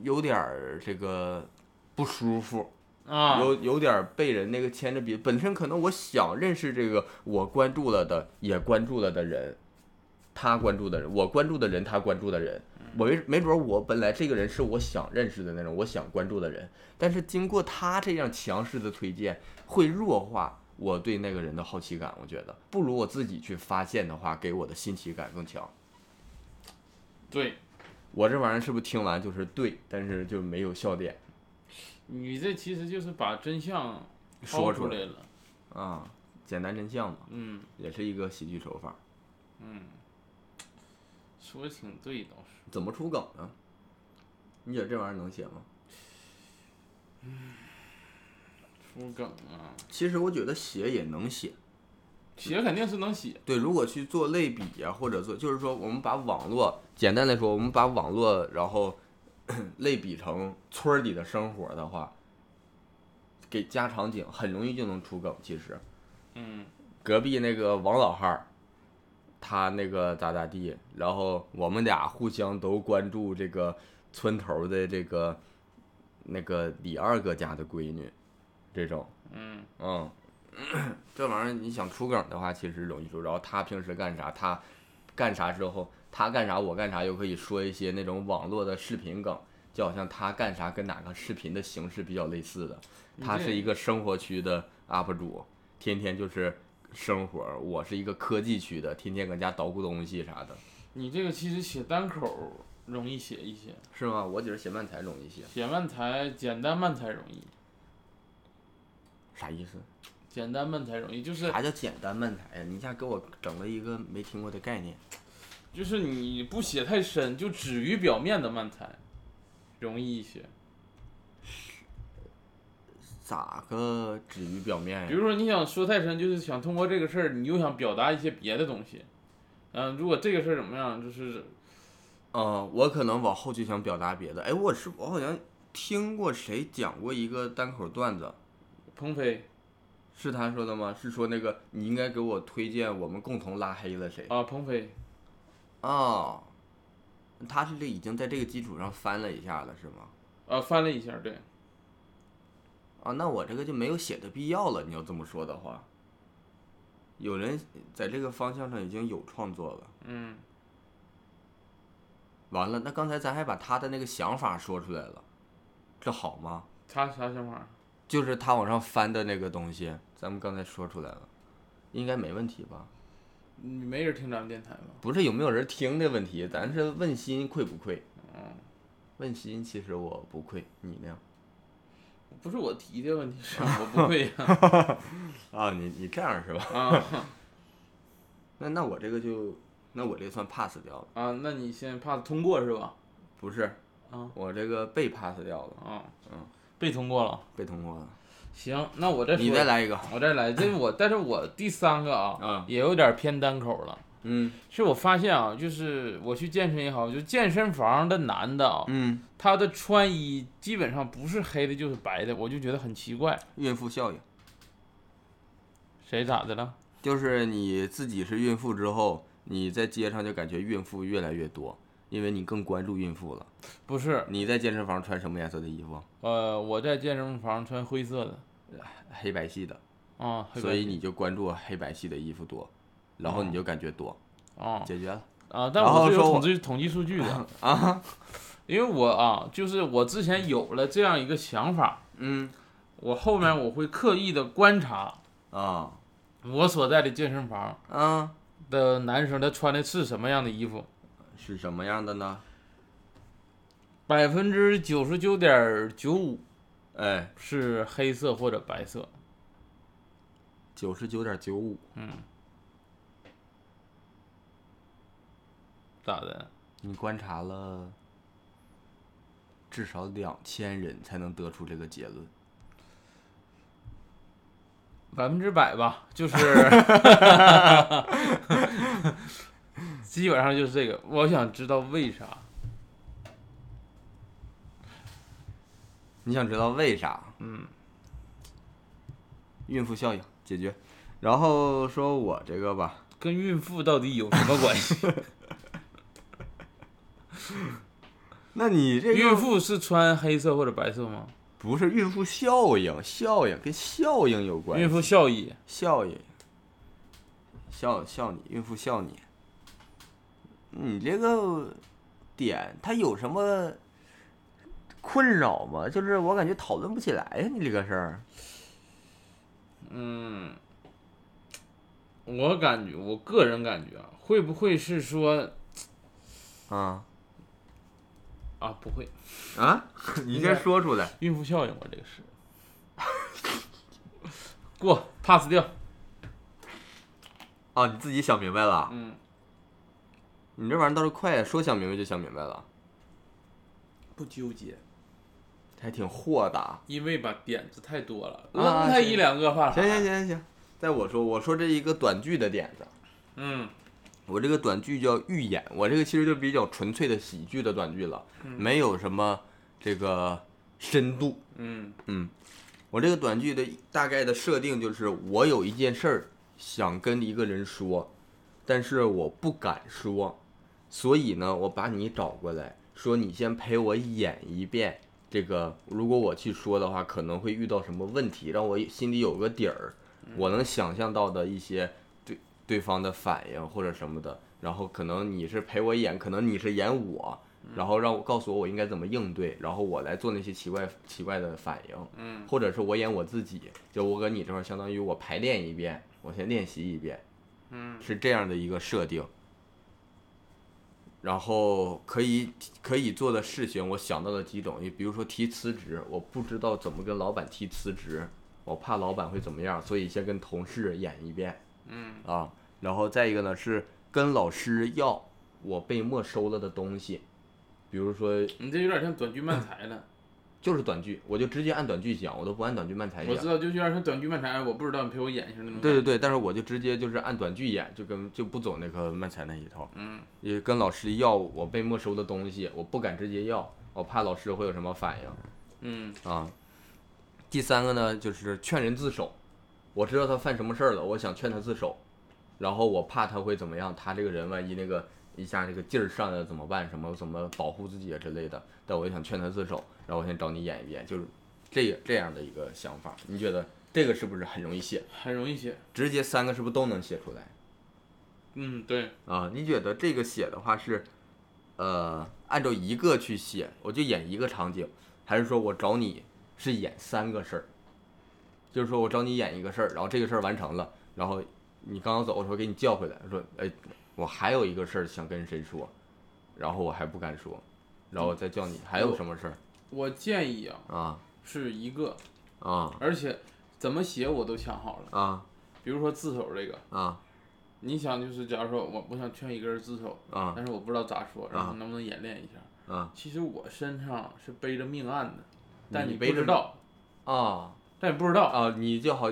有点儿这个不舒服。啊，有有点儿被人那个牵着鼻，本身可能我想认识这个我关注了的也关注了的人，他关注的人，我关注的人，他关注的人，我没没准儿我本来这个人是我想认识的那种，我想关注的人，但是经过他这样强势的推荐，会弱化我对那个人的好奇感，我觉得不如我自己去发现的话，给我的新奇感更强。对我这玩意儿是不是听完就是对，但是就没有笑点你这其实就是把真相说抛出出来来了。啊？简单真相嘛，嗯也是一个喜剧手法。嗯，说的挺对，倒是怎么出梗呢？你觉得这玩意儿能写吗？出梗啊，其实我觉得写也能写。写肯定是能写。对，如果去做类比呀、或者做，就是说我们把网络，简单来说，我们把网络然后 类比成村儿里的生活的话，给加场景，很容易就能出梗。其实嗯隔壁那个王老汉儿，他那个咋咋地，然后我们俩互相都关注这个村头的这个那个李二哥家的闺女，这种。嗯嗯， 这玩意儿你想出梗的话，其实容易出。然后他平时干啥，他干啥之后，他干啥我干啥，又可以说一些那种网络的视频梗，就好像他干啥跟哪个视频的形式比较类似的。你他这是一个生活区的 UP 主，天天就是生活；我是一个科技区的，天天搁家捣鼓东西啥的，你这个其实写单口容易写一些，是吗？我觉得写漫才容易写，写慢才简单慢才容易，啥意思？简单慢才容易就是啥叫简单漫才呀？你一下给我整了一个没听过的概念。就是你不写太深，就止于表面的慢才容易一些。咋个止于表面呀？比如说你想说太深，就是想通过这个事儿，你又想表达一些别的东西。嗯、如果这个事儿怎么样，就是嗯，我可能往后就想表达别的。哎，我是我好像听过谁讲过一个单口段子，鹏飞是他说的吗？是说那个你应该给我推荐我们共同拉黑了谁？啊，鹏飞，哦，他是这已经在这个基础上翻了一下了，是吗？啊，翻了一下，对，啊，那我这个就没有写的必要了。你要这么说的话，有人在这个方向上已经有创作了。嗯，完了，那刚才咱还把他的那个想法说出来了，这好吗？他啥想法？就是他往上翻的那个东西，咱们刚才说出来了，应该没问题吧？你没人听咱们电台吧？不是有没有人听的问题，咱是问心愧不愧。嗯，问心其实我不愧，你呢？不是我提的问题，是我不会呀、 啊，你你这样是吧？啊。啊 那那我这个就，那我这算 pass 掉了，啊那你先 pass 通过是吧？不是，啊我这个被 pass 掉了，啊，嗯，被通过了。被通过了。行，那我再说，你再来一个，我再来，这我，但是我第三个啊，啊也有点偏单口了。嗯其实我发现啊，就是我去健身也好，就健身房的男的啊，嗯，他的穿衣基本上不是黑的就是白的，我就觉得很奇怪。孕妇效应谁咋的了？就是你自己是孕妇之后，你在街上就感觉孕妇越来越多，因为你更关注孕妇了。不是，你在健身房穿什么颜色的衣服？呃，我在健身房穿灰色的黑白系的，啊，黑白所以你就关注黑白系的衣服多，然后你就感觉多，啊解决了啊，但然后我是有说统我计统计数据 的，啊，因为我啊，就是我之前有了这样一个想法，嗯我后面我会刻意的观察啊我所在的健身房啊，的男生他穿的是什么样的衣服，是什么样的呢？百分之九十九点九五哎，是黑色或者白色，九十九点九五，咋的？你观察了至少两千人才能得出这个结论。百分之百吧，就是 基本上就是这个。我想知道为啥，你想知道为啥？嗯，孕妇效应解决。然后说我这个吧，跟孕妇到底有什么关 系？那你这孕个妇是穿黑色或者白色吗？不是孕妇效应，效应跟效应有关系。孕妇效益效应，笑笑你，孕妇笑你。你这个点，它有什么困扰吗？就是我感觉讨论不起来呀，你这个事儿。嗯我感觉，我个人感觉啊，会不会是说啊啊？不会，啊！ 你先说出来。孕妇效应吧，这个是 过 pass 掉。哦，你自己想明白了。嗯，你这玩意儿倒是快，说想明白就想明白了，不纠结，还挺豁达。因为吧点子太多了，啊扔他一行两个怕行啥行，行行行，在我说，我说这一个短剧的点子，嗯，我这个短剧叫《预演》，我这个其实就比较纯粹的喜剧的短剧了，没有什么这个深度。嗯嗯，我这个短剧的大概的设定就是，我有一件事儿想跟一个人说，但是我不敢说，所以呢，我把你找过来，说你先陪我演一遍。这个如果我去说的话，可能会遇到什么问题，让我心里有个底儿，我能想象到的一些对对方的反应或者什么的。然后可能你是陪我演，可能你是演我，然后让我告诉我我应该怎么应对，然后我来做那些奇怪奇怪的反应，嗯，或者是我演我自己，就我搁你这块儿相当于我排练一遍，我先练习一遍，嗯，是这样的一个设定。然后可以可以做的事情，我想到了几种，也比如说提辞职，我不知道怎么跟老板提辞职，我怕老板会怎么样，所以先跟同事演一遍，嗯啊，然后再一个呢是跟老师要我被没收了的东西，比如说你这有点像短剧漫才了。就是短剧，我就直接按短剧讲，我都不按短剧漫才我讲知。道，就有点像短剧漫才，我不知道你陪我演一下那种。哎对对，对，但是我就直接就是按短剧演，就跟就不走那个漫才那一套，嗯，也跟老师要我被没收的东西，我不敢直接要，我怕老师会有什么反应嗯啊。第三个呢，就是劝人自首，我知道他犯什么事儿了，我想劝他自首，然后我怕他会怎么样，他这个人万一那个一下这个劲儿上来了怎么办？什么怎么保护自己啊之类的，但我就想劝他自首，然后我先找你演一遍，就是这个这样的一个想法，你觉得这个是不是很容易写？很容易写。直接三个是不是都能写出来嗯，对，啊？你觉得这个写的话是，呃，按照一个去写，我就演一个场景，还是说我找你是演三个事儿？就是说我找你演一个事儿，然后这个事儿完成了，然后你刚刚走的时候给你叫回来，说，哎，我还有一个事儿想跟谁说，然后我还不敢说，然后再叫你还有什么事儿我建议啊，啊是一个，啊而且怎么写我都想好了。啊比如说自首这个，啊你想就是，假如说我我想劝一个人自首，啊但是我不知道咋说，然后能不能演练一下？啊其实我身上是背着命案的，但你你不背着知道，啊但你不知道，呃啊！你就好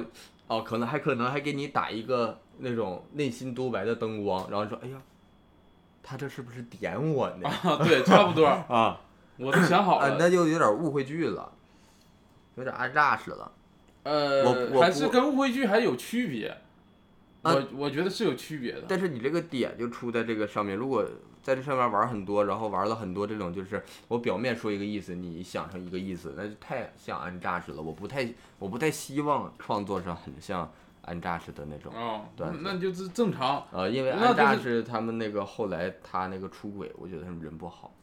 哦，可能还可能还给你打一个那种内心独白的灯光，然后说，哎呀，他这是不是点我呢？啊， 对，差不多，啊，我都想好 啊，那了。就有点误会剧了，有点安扎实了。我呃，我还是跟误会剧还有区别。啊我我觉得是有区别的。但是你这个点就出在这个上面，如果在这上面玩很多，然后玩了很多这种，就是我表面说一个意思，你想成一个意思，那就太像安扎实了。我不太，我不太希望创作上很像安扎实的那种。哦，对那那就是正常。呃，因为那安扎就实他们那个后来他那个出轨，我觉得他们人不好。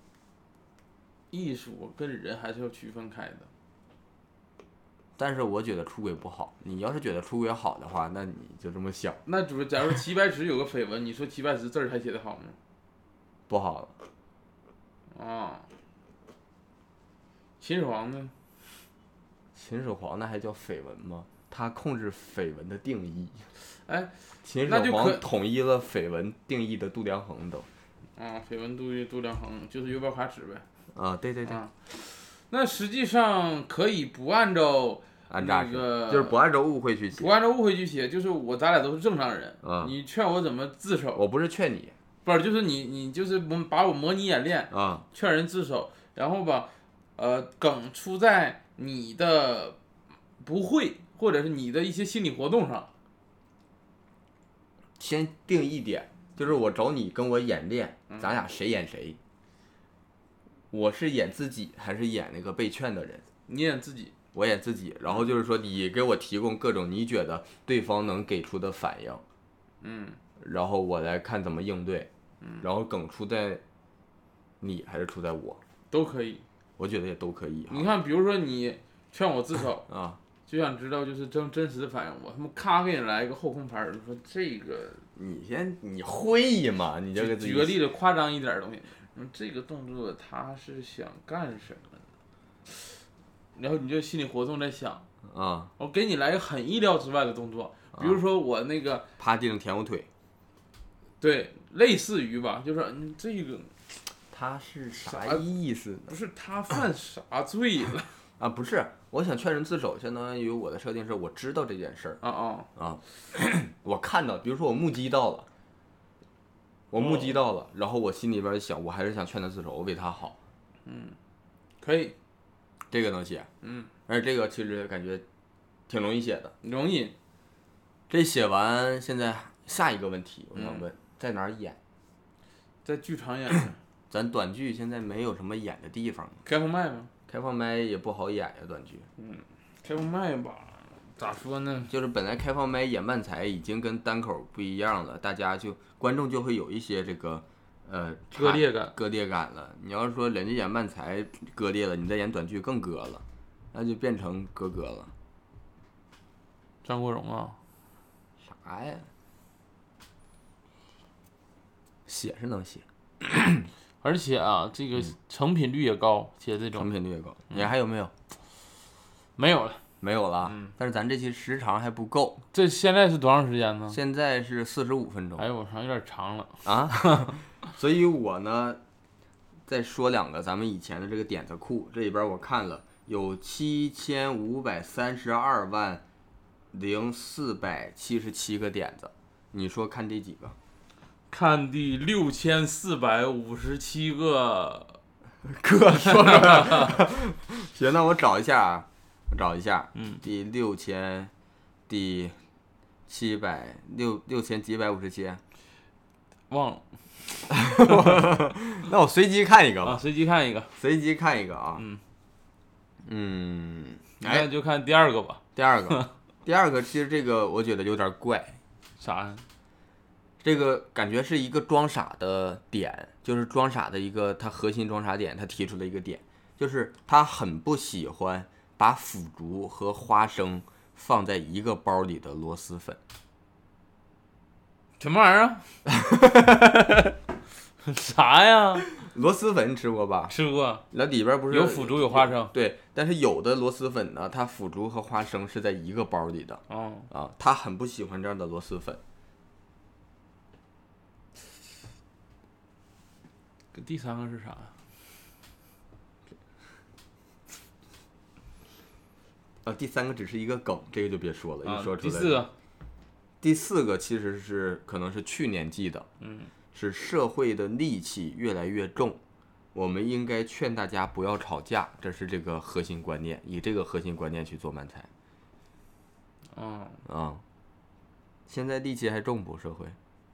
艺术跟人还是要区分开的。但是我觉得出轨不好，你要是觉得出轨好的话，那你就这么想那主，假如齐白石有个绯闻，你说齐白石字儿还写得好吗？不好了。啊，秦始皇呢？秦始皇那还叫绯闻吗？他控制绯闻的定义。哎， 秦那始就可皇统一了绯闻定义的度量衡都。啊，绯闻度度量衡就是油标卡尺呗。啊，对对对，啊，那实际上可以不按照按扎那实，个就是不按照误会去写不。按照误会去写，就是我咱俩都是正常人，啊你劝我哎怎么自首，我不是劝你不是就是你你就是模把我模拟演练，啊，劝人自首，然后吧，呃，梗出在你的不会或者是你的一些心理活动上。先定一点，就是我找你跟我演练，嗯咱俩谁演谁。我是演自己还是演那个被劝的人？你演自己，我演自己，然后就是说你给我提供各种你觉得对方能给出的反应，嗯，然后我来看怎么应对。然后梗出在你还是出在我？都可以。我觉得也都可以你哈。看，比如说你劝我自首，啊，就想知道就是真真实的反应，我他妈咔给你来一个后空翻儿，就说这个你先你会嘛？你这个举举个例子，夸张一点儿的东西，嗯，这个动作他是想干什么呢？然后你就心理活动在想，啊，我给你来个很意料之外的动作，比如说我那个、趴地上舔我腿。对，类似于吧，就是嗯，这个他是啥啥意思呢不？是 他犯啥罪了啊，不是，我想劝人自首，相当于我的设定是我知道这件事儿啊啊，啊，我看到，比如说我目击到了，我目击到了，然后我心里边想，我还是想劝他自首，我为他好，可以，这个能写，嗯，而且这个其实感觉挺容易写的。容易这写完，现在下一个问题，我想问，在哪儿演？在剧场演的咱短剧现在没有什么演的地方，开放麦吗？开放麦也不好演呀，短剧。开放麦吧，咋说呢？就是本来开放麦演慢才已经跟单口不一样了，大家就观众就会有一些这个呃割裂感差割裂感了。你要是说人家演慢才割裂了，你再演短剧更割了，那就变成哥哥了。张国荣啊，啥呀？写是能写，而且啊，这个成品率也高，写这嗯成种品率也高。嗯你还有没有？没有了。没有了。嗯但是咱这期时长还不够，这现在是多长时间呢？现在是四十五分钟哎呦，我操，有点长了。啊， 所以我呢，再说两个咱们以前的这个点子库，这里边我看了有七千五百三十二万零四百七十七个点子，你说看这几个？看第六千四百五十七个， 哥说说，行，那我找一下啊，我找一下，嗯，第六千，第七百六六千几百五十 七，忘了那我随机看一个吧，啊，随机看一个，随机看一个啊，嗯嗯，哎那，就看第二个吧。第二 个，第二个，其实这个我觉得有点怪，啥呀？这个感觉是一个装傻的点，就是装傻的一个他核心装傻点，他提出了一个点，就是他很不喜欢把腐竹和花生放在一个包里的螺蛳粉。什么玩意儿啊？ 啥呀？螺蛳粉你吃过吧？吃过，那里边不是有腐竹有花生。对，但是有的螺蛳粉呢，它腐竹和花生是在一个包里的哦，啊，他很不喜欢这样的螺蛳粉。第三个是啥呀？呃，第三个只是一个梗，这个就别说了，啊一说，出第来。四，个，第四个其实是可能是去年记的，嗯，是社会的戾气越来越重，我们应该劝大家不要吵架，这是这个核心观念，以这个核心观念去做漫才嗯，啊、现在戾气还重不？社会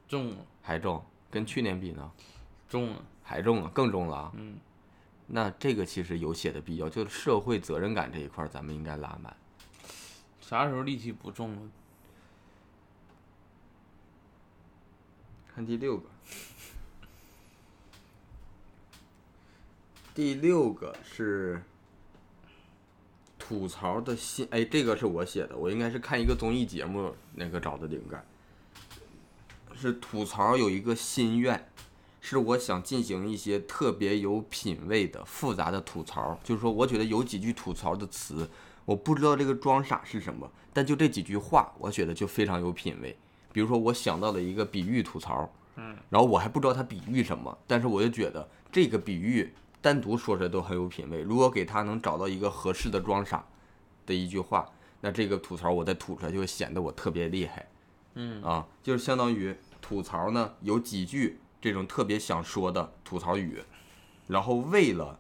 中了，还重，跟去年比呢，中了，还重了，更重了啊。嗯，那这个其实有写的必要，就是社会责任感这一块，咱们应该拉满。啥时候力气不中了？看第六个，第六个是吐槽的心，哎，这个是我写的，我应该是看一个综艺节目那个找的灵感，是吐槽有一个心愿。是我想进行一些特别有品位的复杂的吐槽，就是说，我觉得有几句吐槽的词，我不知道这个装傻是什么，但就这几句话，我觉得就非常有品位。比如说，我想到了一个比喻吐槽，嗯，然后我还不知道它比喻什么，但是我就觉得这个比喻单独说出来都很有品位。如果给他能找到一个合适的装傻的一句话，那这个吐槽我再吐出来就会显得我特别厉害。嗯啊，就是相当于吐槽呢有几句这种特别想说的吐槽语，然后为了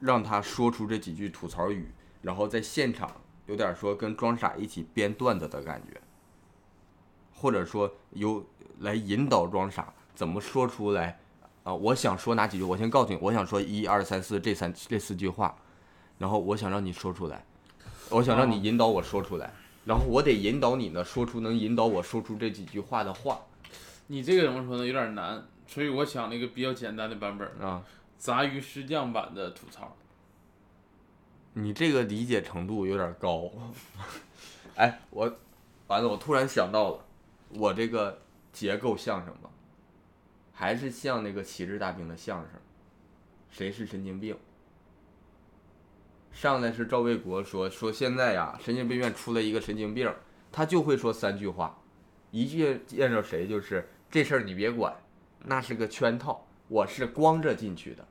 让他说出这几句吐槽语，然后在现场有点说跟装傻一起编段子的感觉，或者说由来引导装傻怎么说出来啊、我想说哪几句，我先告诉你，我想说一二三四这三这四句话，然后我想让你说出来，我想让你引导我说出来，然后我得引导你呢，说出能引导我说出这几句话的话你这个怎么说呢？有点难，所以我想了一个比较简单的版本，啊。杂鱼师酱版的吐槽。你这个理解程度有点高。哎，我完了，我突然想到了，我这个结构像什么？还是像那个旗帜大兵的相声，谁是神经病？上来是赵卫国说说现在呀，神经病院出了一个神经病，他就会说三句话，一句见着谁就是这事儿你别管，那是个圈套，我是光着进去的。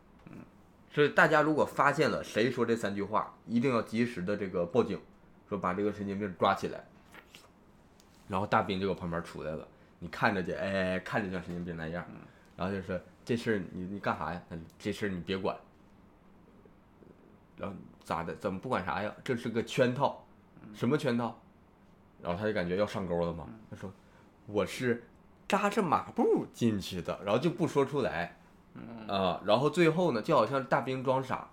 所以大家如果发现了谁说这三句话，一定要及时的这个报警，说把这个神经病抓起来。然后大兵就搁旁边出来了，你看着去，哎，看着像神经病那样，然后就说这事儿你你干啥呀？那这事儿你别管。然后咋的？怎么不管啥呀？这是个圈套，什么圈套？然后他就感觉要上钩了嘛，他说我是扎着马步进去的，然后就不说出来。啊、然后最后呢，就好像大兵装傻，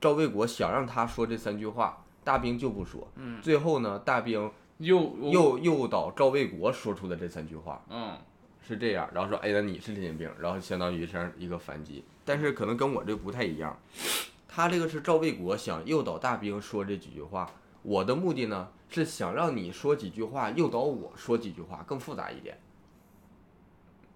赵卫国想让他说这三句话，大兵就不说。嗯最后呢，大兵又又又哦诱导赵卫国说出了这三句话，嗯，是这样。然后说，哎，那你是神经病，然后相当于这样一个反击，但是可能跟我这不太一样。他这个是赵卫国想诱导大兵说这几句话，我的目的呢是想让你说几句话，诱导我说几句话，更复杂一点。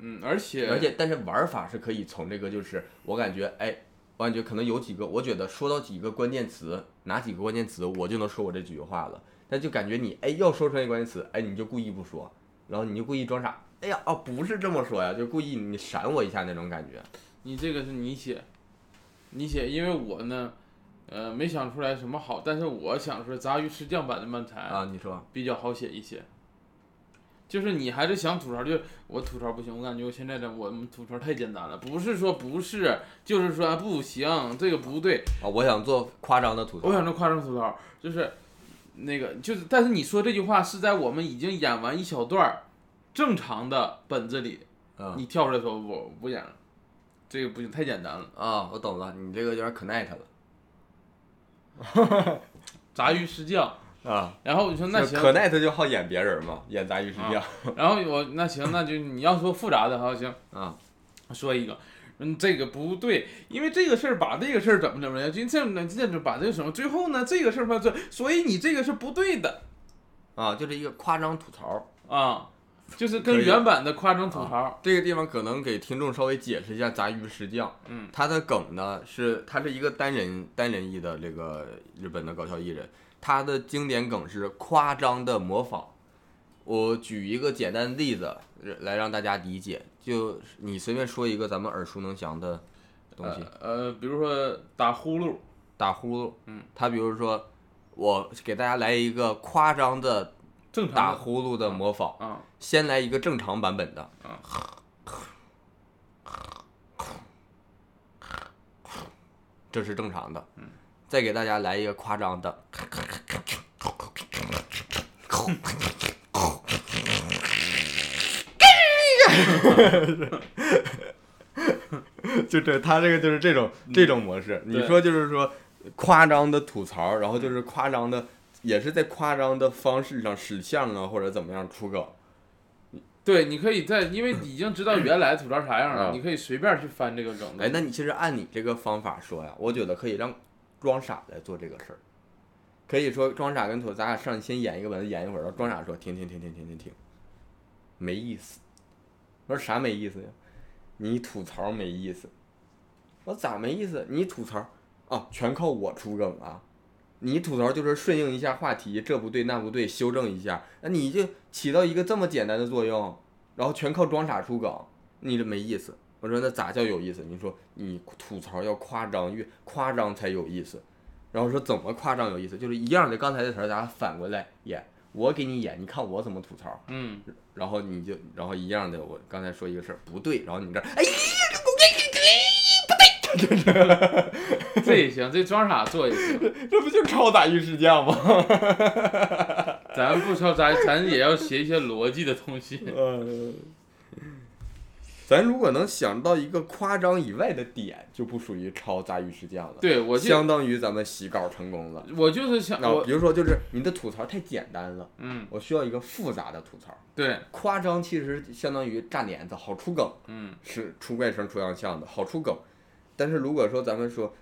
嗯，而且而且但是玩法是可以从这个，就是我感觉，哎，我感觉可能有几个，我觉得说到几个关键词，哪几个关键词我就能说我这几句话了，但就感觉你，哎，要说出来一个关键词，哎，你就故意不说，然后你就故意装傻，哎呀，哦，不是这么说呀，就故意你闪我一下那种感觉，你这个是你写，你写，因为我呢，呃，没想出来什么好，但是我想说杂鱼吃酱版的漫才啊，你说，比较好写一些。就是你还是想吐槽，就是我吐槽不行，我感觉我现在的我们吐槽太简单了，不是说不是，就是说不行，这个不对。啊，我想做夸张的吐槽，我想说夸张吐槽，就是那个就是，但是你说这句话是在我们已经演完一小段儿正常的本子里，嗯，你跳出来说我不演了，这个不行，太简单了。啊，我懂了，你这个有点 connect 杂鱼吃酱，了，啊，然后我就说那就行， connect 就好演别人嘛，演杂鱼是这样，然后我那行，那就你要说复杂的好行，啊，说一个，嗯，这个不对，因为这个事儿把这个事儿怎么怎么样，就这么这么把这个什么，最后呢这个事儿吧，这所以你这个是不对的啊，就是一个夸张吐槽。啊，就是跟可以啊原版的夸张吐槽，这个地方可能给听众稍微解释一下杂鱼石匠，嗯，他的梗呢是他是一个单人单人艺的这个日本的搞笑艺人，他的经典梗是夸张的模仿。我举一个简单的例子来让大家理解，就你随便说一个咱们耳熟能详的东西，呃呃呃，比如说打呼噜，打呼噜，嗯，他比如说我给大家来一个夸张的正常打的呼噜的模仿，啊，先来一个正常版本的。啊这是正常的，再给大家来一个夸张的， 就这，他这个就是这种这种模式。你对说就是说夸张的吐槽，然后就是夸张的，也是在夸张的方式上使相啊，或者怎么样出梗。对，你可以在，因为已经知道原来吐槽啥样了，嗯你可以随便去翻这个梗的。哎，那你其实按你这个方法说呀，我觉得可以让装傻来做这个事儿。可以说装傻跟吐，咱俩上去先演一个文，演一会儿，然后装傻说停停停停停停停，没意思。我说啥没意思呀？你吐槽没意思。我咋没意思？你吐槽啊，全靠我出梗啊。你吐槽就是顺应一下话题，这不对那不对，修正一下，那你就起到一个这么简单的作用，然后全靠装傻出梗，你这没意思。我说那咋叫有意思？你说你吐槽要夸张，越夸张才有意思。然后说怎么夸张有意思？就是一样的刚才的词儿，咱俩反过来演，我给你演，你看我怎么吐槽。嗯，然后你就，然后一样的，我刚才说一个事儿不对，然后你这儿， 哎呀，这不对，这不对，这也行，这装傻做也行。这这不就超打鱼试酱 吗？咱不说，咱咱也要写一些逻辑的东西。 嗯， 咱如果能想到一个夸张以外的点，就不属于超杂鱼试酱了，，对我就相当于咱们洗稿成功了。我就是想那我比如说，就是你的吐槽太简单了，嗯我需要一个复杂的吐槽。对夸张其实相当于炸帘子，好出梗，嗯是出怪声、出洋相的，好出梗。但是如果说咱们说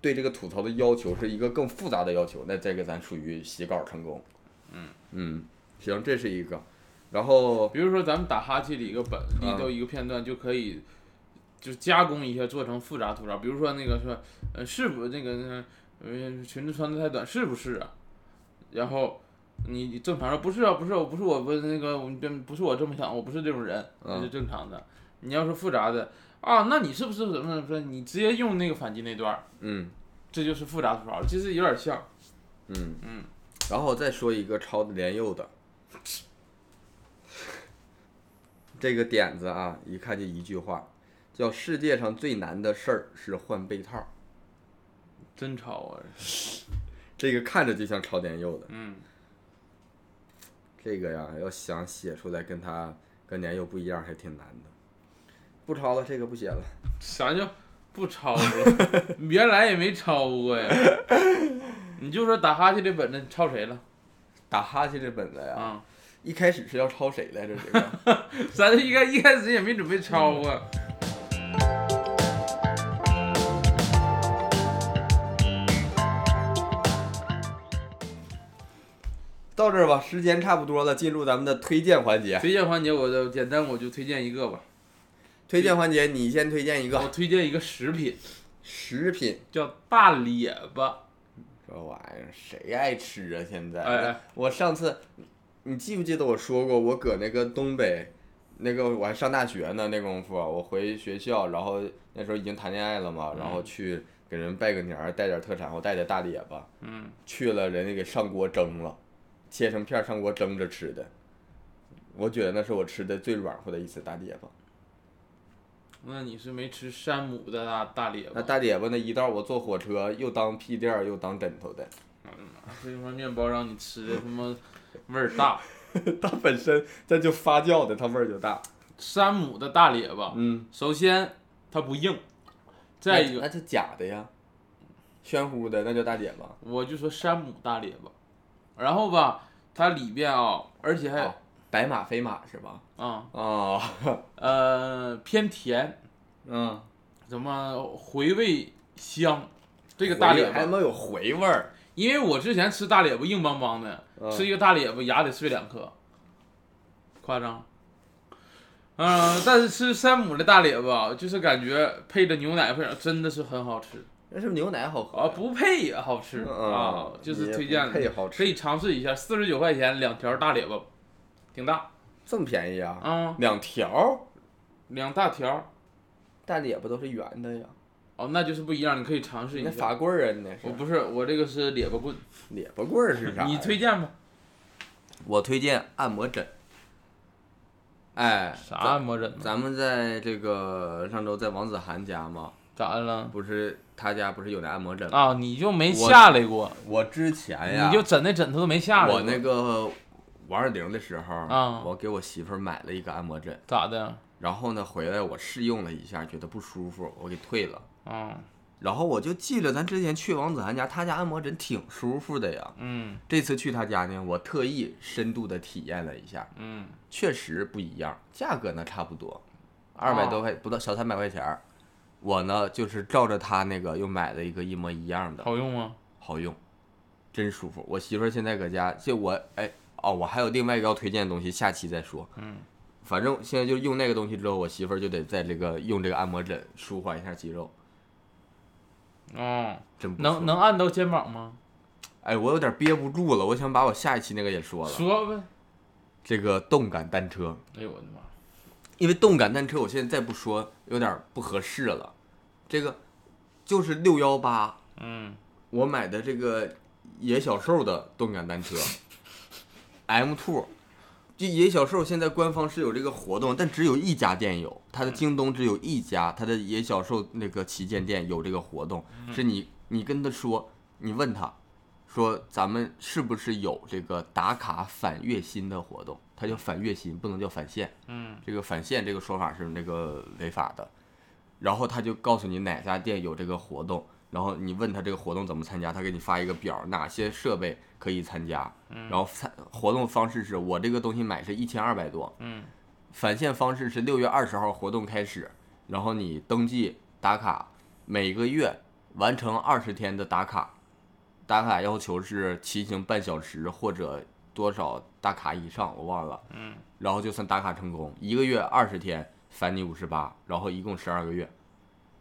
对这个吐槽的要求是一个更复杂的要求，那这个咱属于洗稿成功。嗯嗯，行，这是一个。然后比如说咱们打哈欠里一个本立嗯到一个片段就可以，就加工一下做成复杂吐槽。比如说那个说，呃，是不那个那呃裙子穿的太短，是不是啊？然后你你正常说不是啊，不是啊我不是我不是那个我不不是我这么想，我不是这种人，嗯这是正常的。你要说复杂的啊，那你是不是怎么怎么说？你直接用那个反击那段儿，嗯这就是复杂吐槽，其实有点像。嗯嗯，然后再说一个超连佑的，这个点子啊，一看就一句话，叫世界上最难的事儿是换被套。真吵啊！这个看着就像超年幼的，嗯，这个呀，要想写出来跟他跟年幼不一样，还挺难的。不抄了，这个不写了。啥叫不超了？ 原来也没超过呀。你就说打哈欠这本子超谁了打哈欠这本子呀，啊？一开始是要抄谁来着？这个咱应该一开始也没准备超过。嗯到这儿吧，时间差不多了，进入咱们的推荐环节。推荐环节，我的简单我就推荐一个吧。推荐环节，你先推荐一我个推荐一个食品，食品，叫大列巴。这玩意儿哎谁爱吃啊？现在，哎哎我上次，你记不记得我说过，我搁那个东北，那个我还上大学呢，那功夫啊我回学校，然后那时候已经谈恋爱了嘛，然后去给人拜个年儿，带点特产，我带点大列巴，嗯，去了人家给上锅蒸了，切成片儿上锅蒸着吃的，我觉得那是我吃的最软和的一次大列巴。那你是没吃山姆的大大列那巴？大列巴那一道，我坐火车又当屁垫儿又当枕头 的。这块面包让你吃的他妈味儿大。它本身它就发酵的，它味儿就大。山姆的大列巴，嗯，首先它不硬，再一那个那是假的呀，暄乎的那叫大姐吧。我就说山姆大列巴，然后吧，它里边啊、而且还哦白马非马是吧？啊、 哦，呃偏甜，嗯，怎么回味香？这个大列还巴，能有回味儿。因为我之前吃大列巴硬邦邦的，嗯吃一个大列巴牙得碎两颗，夸张。嗯、但是吃山姆的大列巴，就是感觉配着牛奶配上真的是很好吃那是不是牛奶好喝啊，不配也好吃嗯啊，就是推你荐也的不配好可以吃，尝试一下，四十九块钱两条大列巴，挺大这么便宜啊？啊、两条两大条儿，大列巴都是圆的呀。哦，那就是不一样，你可以尝试你那一法下。棍儿啊，你那我是不是，我这个是列巴棍，列巴棍儿 是啥呀？你推荐吧。我推荐按摩枕。哎，啥咱按摩枕呢？咱们在这个上周在王子涵家嘛，咋的了？不是他家不是有那按摩枕吗？啊，你就没我下来过，我之前呀，你就枕那枕头都没下来过。我那个王二零的时候，啊我给我媳妇儿买了一个按摩枕，咋的？然后呢回来我试用了一下，觉得不舒服，我给退了。啊，然后我就记着咱之前去王子涵家，他家按摩枕挺舒服的呀。嗯这次去他家呢，我特意深度的体验了一下，嗯，确实不一样，价格呢差不多，二哦百多块、不到小三百块钱儿。我呢就是照着他那个又买了一个一模一样的，好用吗？好用，真舒服。我媳妇儿现在搁家，就我哎哦，我还有另外一个要推荐的东西，下期再说。嗯，反正现在就用那个东西之后，我媳妇儿就得在这个用这个按摩枕舒缓一下肌肉，哦，真不错能能按到肩膀吗？哎，我有点憋不住了，我想把我下一期那个也说了，说呗。这个动感单车，哎呦我的妈！因为动感单车我现在再不说有点不合适了，这个就是六幺八嗯，我买的这个野小兽的动感单车 M Two，这野小兽现在官方是有这个活动，但只有一家店有，它的京东只有一家，它的野小兽那个旗舰店有这个活动，是你你跟他说，你问他说咱们是不是有这个打卡返月薪的活动，它叫返月薪，不能叫返现，嗯，这个返现这个说法是那个违法的，然后他就告诉你哪家店有这个活动，然后你问他这个活动怎么参加，他给你发一个表，哪些设备可以参加，然后参活动方式是我这个东西买是一千二百多，嗯，返现方式是六月二十号活动开始，然后你登记打卡，每个月完成二十天的打卡，打卡要求是骑行半小时或者多少打卡以上，我忘了，嗯，然后就算打卡成功，一个月二十天返你五十八，然后一共十二个月，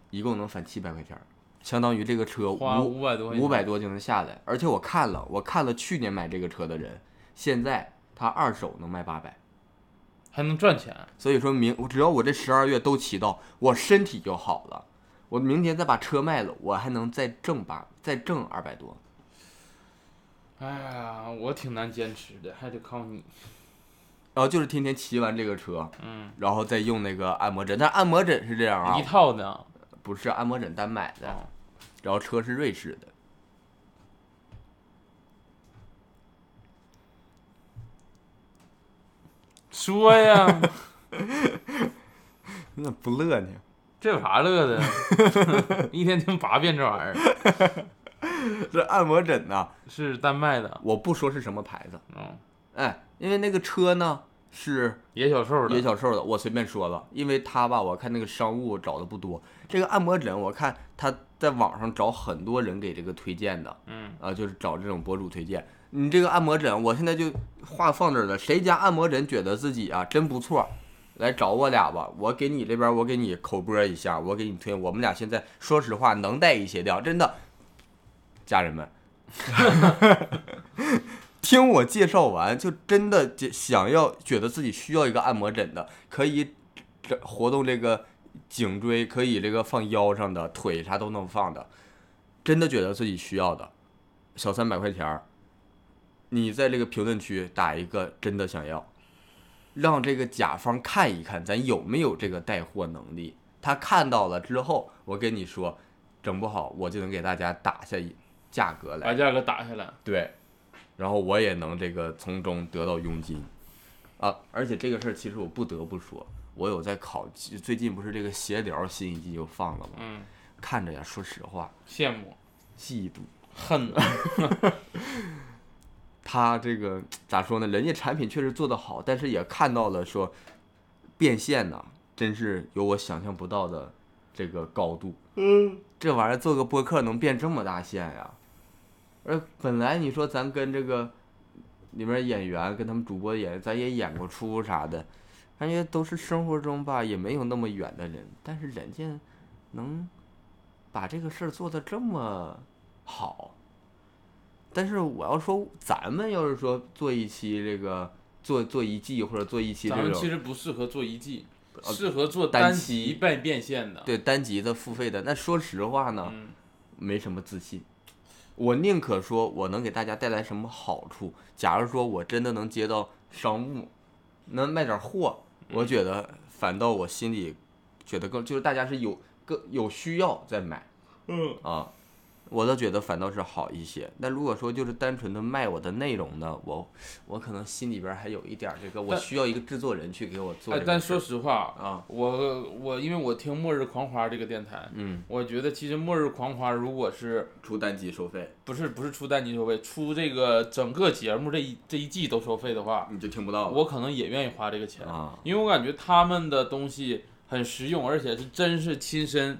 一共能返七百块钱儿，相当于这个车花五五百多块钱，五百多就能下来，而且我看了，我看了去年买这个车的人，现在他二手能卖八百。还能赚钱。所以说明我只要我这十二月都骑到，我身体就好了。我明天再把车卖了，我还能再挣八，再挣二百多。哎呀，我挺难坚持的，还得靠你。然后就是天天骑完这个车，嗯，然后再用那个按摩枕，但是按摩枕是这样啊一，套的啊。不是按摩枕单买的，哦然后车是瑞士 的。说呀， 你咋不乐呢？这有啥乐的？ 一天听八遍这玩意儿，这按摩枕呢、是丹麦的，我不说是什么牌子，嗯，哎，因为那个车呢是野小兽的，野小兽的，我随便说了，因为他吧，我看那个商务找的不多。这个按摩枕，我看他在网上找很多人给这个推荐的，嗯，啊，就是找这种博主推荐。你这个按摩枕，我现在就话放这儿了，谁家按摩枕觉得自己啊真不错，来找我俩吧，我给你这边，我给你口播一下，我给你推。我们俩现在说实话能带一些料，真的，家人们。听我介绍完，就真的解想要觉得自己需要一个按摩枕的，可以这活动这个颈椎，可以这个放腰上的，腿啥都能放的，真的觉得自己需要的，小三百块钱儿，你在这个评论区打一个真的想要，让这个甲方看一看咱有没有这个带货能力。他看到了之后，我跟你说，整不好我就能给大家打下一价格来把。价格打下来，对，然后我也能这个从中得到佣金，啊，而且这个事儿其实我不得不说，我有在考，最近不是这个闲聊新一季就放了吗？嗯，看着呀，说实话，羡慕嫉妒恨，他这个咋说呢？人家产品确实做得好，但是也看到了说变现呐，真是有我想象不到的这个高度。嗯，这玩意儿做个播客能变这么大线呀？而本来你说咱跟这个里面演员跟他们主播演，咱也演过出啥的，感觉都是生活中吧也没有那么远的人，但是人家能把这个事儿做得这么好。但是我要说，咱们要是说做一期这个做做一季或者做一期咱这们其种，实不适合做一季，呃适合做单单骑骑拜变现的。，对单集的付费的。那说实话呢，啊嗯没什么自信。我宁可说我能给大家带来什么好处。假如说我真的能接到商务，能卖点货，嗯我觉得反倒我心里觉得更就是大家是有更有需要在买嗯，啊，我倒觉得反倒是好一些。那如果说就是单纯的卖我的内容呢，我我可能心里边还有一点儿这个，我但需要一个制作人去给我做哎这，个但事儿。说实话，啊，我我因为我听《末日狂花》这个电台，嗯，我觉得其实《末日狂花》如果是出单集收费不是不是出单集收费，出这个整个节目这一这一季都收费的话，你就听不到了我可能也愿意花这个钱，啊，因为我感觉他们的东西很实用，而且是真是亲身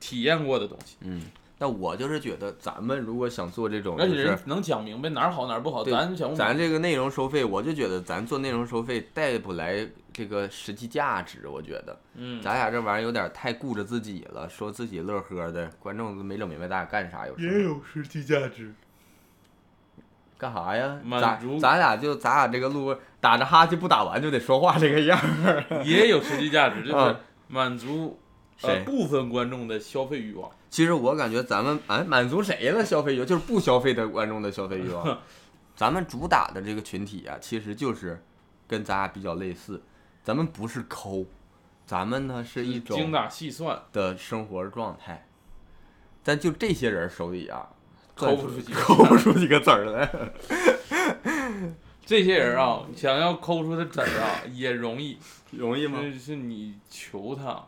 体验过的东西，嗯。那我就是觉得，咱们如果想做这种，而就且是人能讲明白哪儿好哪儿不好，对咱想咱这个内容收费，我就觉得咱做内容收费带不来这个实际价值。我觉得嗯，咱俩这玩意儿有点太顾着自己了，说自己乐呵的，观众都没整明白咱俩干啥。有时候有实际价值。干啥呀？满咱足咱俩就咱俩这个录打着哈欠不打完就得说话这个样儿。也有实际价 值，就是啊满足呃谁部分观众的消费欲望。其实我感觉咱们哎满足谁了消费欲望，就是不消费的观众的消费欲 望。咱们主打的这个群体啊，其实就是跟咱俩比较类似，咱们不是抠，咱们呢是一种精打细算，的生活状态。咱就这些人手里啊，抠不出几个抠不出几个子儿来。这些人啊，想要抠出的籽儿啊，也容易，容易但是你求他，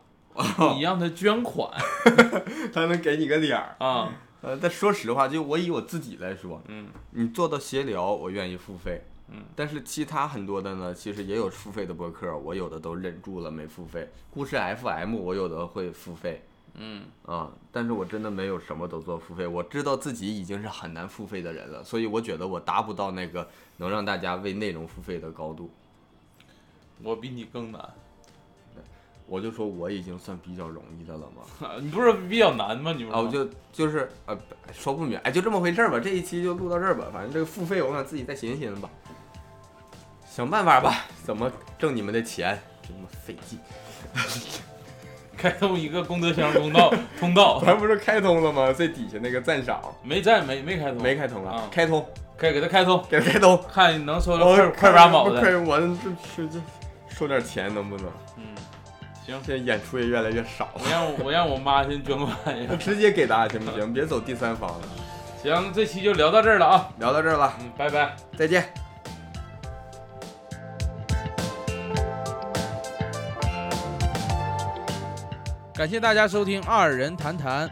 你让他捐款 他能给你个脸儿。啊，呃，但说实话，就我以我自己来说，嗯你做到协聊，我愿意付费。嗯，但是其他很多的呢，其实也有付费的播客，我有的都忍住了没付费。故事 FM 我有的会付费嗯，啊、但是我真的没有什么都做付费。我知道自己已经是很难付费的人了，所以我觉得我达不到那个能让大家为内容付费的高度。我比你更难， 我就说我已经算比较容易的了嘛。你不是比较难吗？你不啊，我是吗就就是呃，说不明，哎，就这么回事儿吧。这一期就录到这儿吧，反正这个付费，我想自己再寻思寻思吧，想办法吧，怎么挣你们的钱，真他妈费劲。 开通一个功德箱通 道通道，咱不是开通了吗？最底下那个赞赏没在没没开通，没开通啊，啊开通，开给他开通，给开通。看能收到我快哦快看八毛的，快，我这这这收点钱能不能？嗯，行，现在演出也越来越少了，我让我我让我妈先捐款呀，直接给大家行不行？别走第三方了。 行，这期就聊到这儿了啊，聊到这儿了，嗯，拜拜。再见。感谢大家收听《二人谈谈》，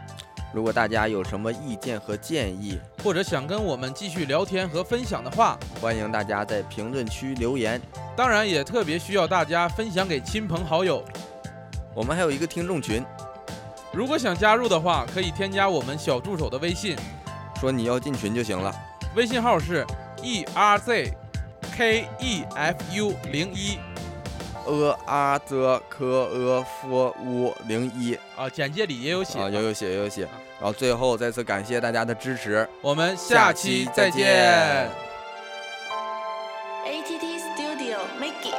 如果大家有什么意见和建议，或者想跟我们继续聊天和分享的话，欢迎大家在评论区留言。当然也特别需要大家分享给亲朋好友。我们还有一个听众群，如果想加入的话，可以添加我们小助手的微信，说你要进群就行了。微信号是 e r z k e f u 零一呃啊则科呃夫乌零一啊，简介里也有写。啊，有有写有有写。然后最后再次感谢大家的支持，我们下期再见。 ATT Studio Mickey。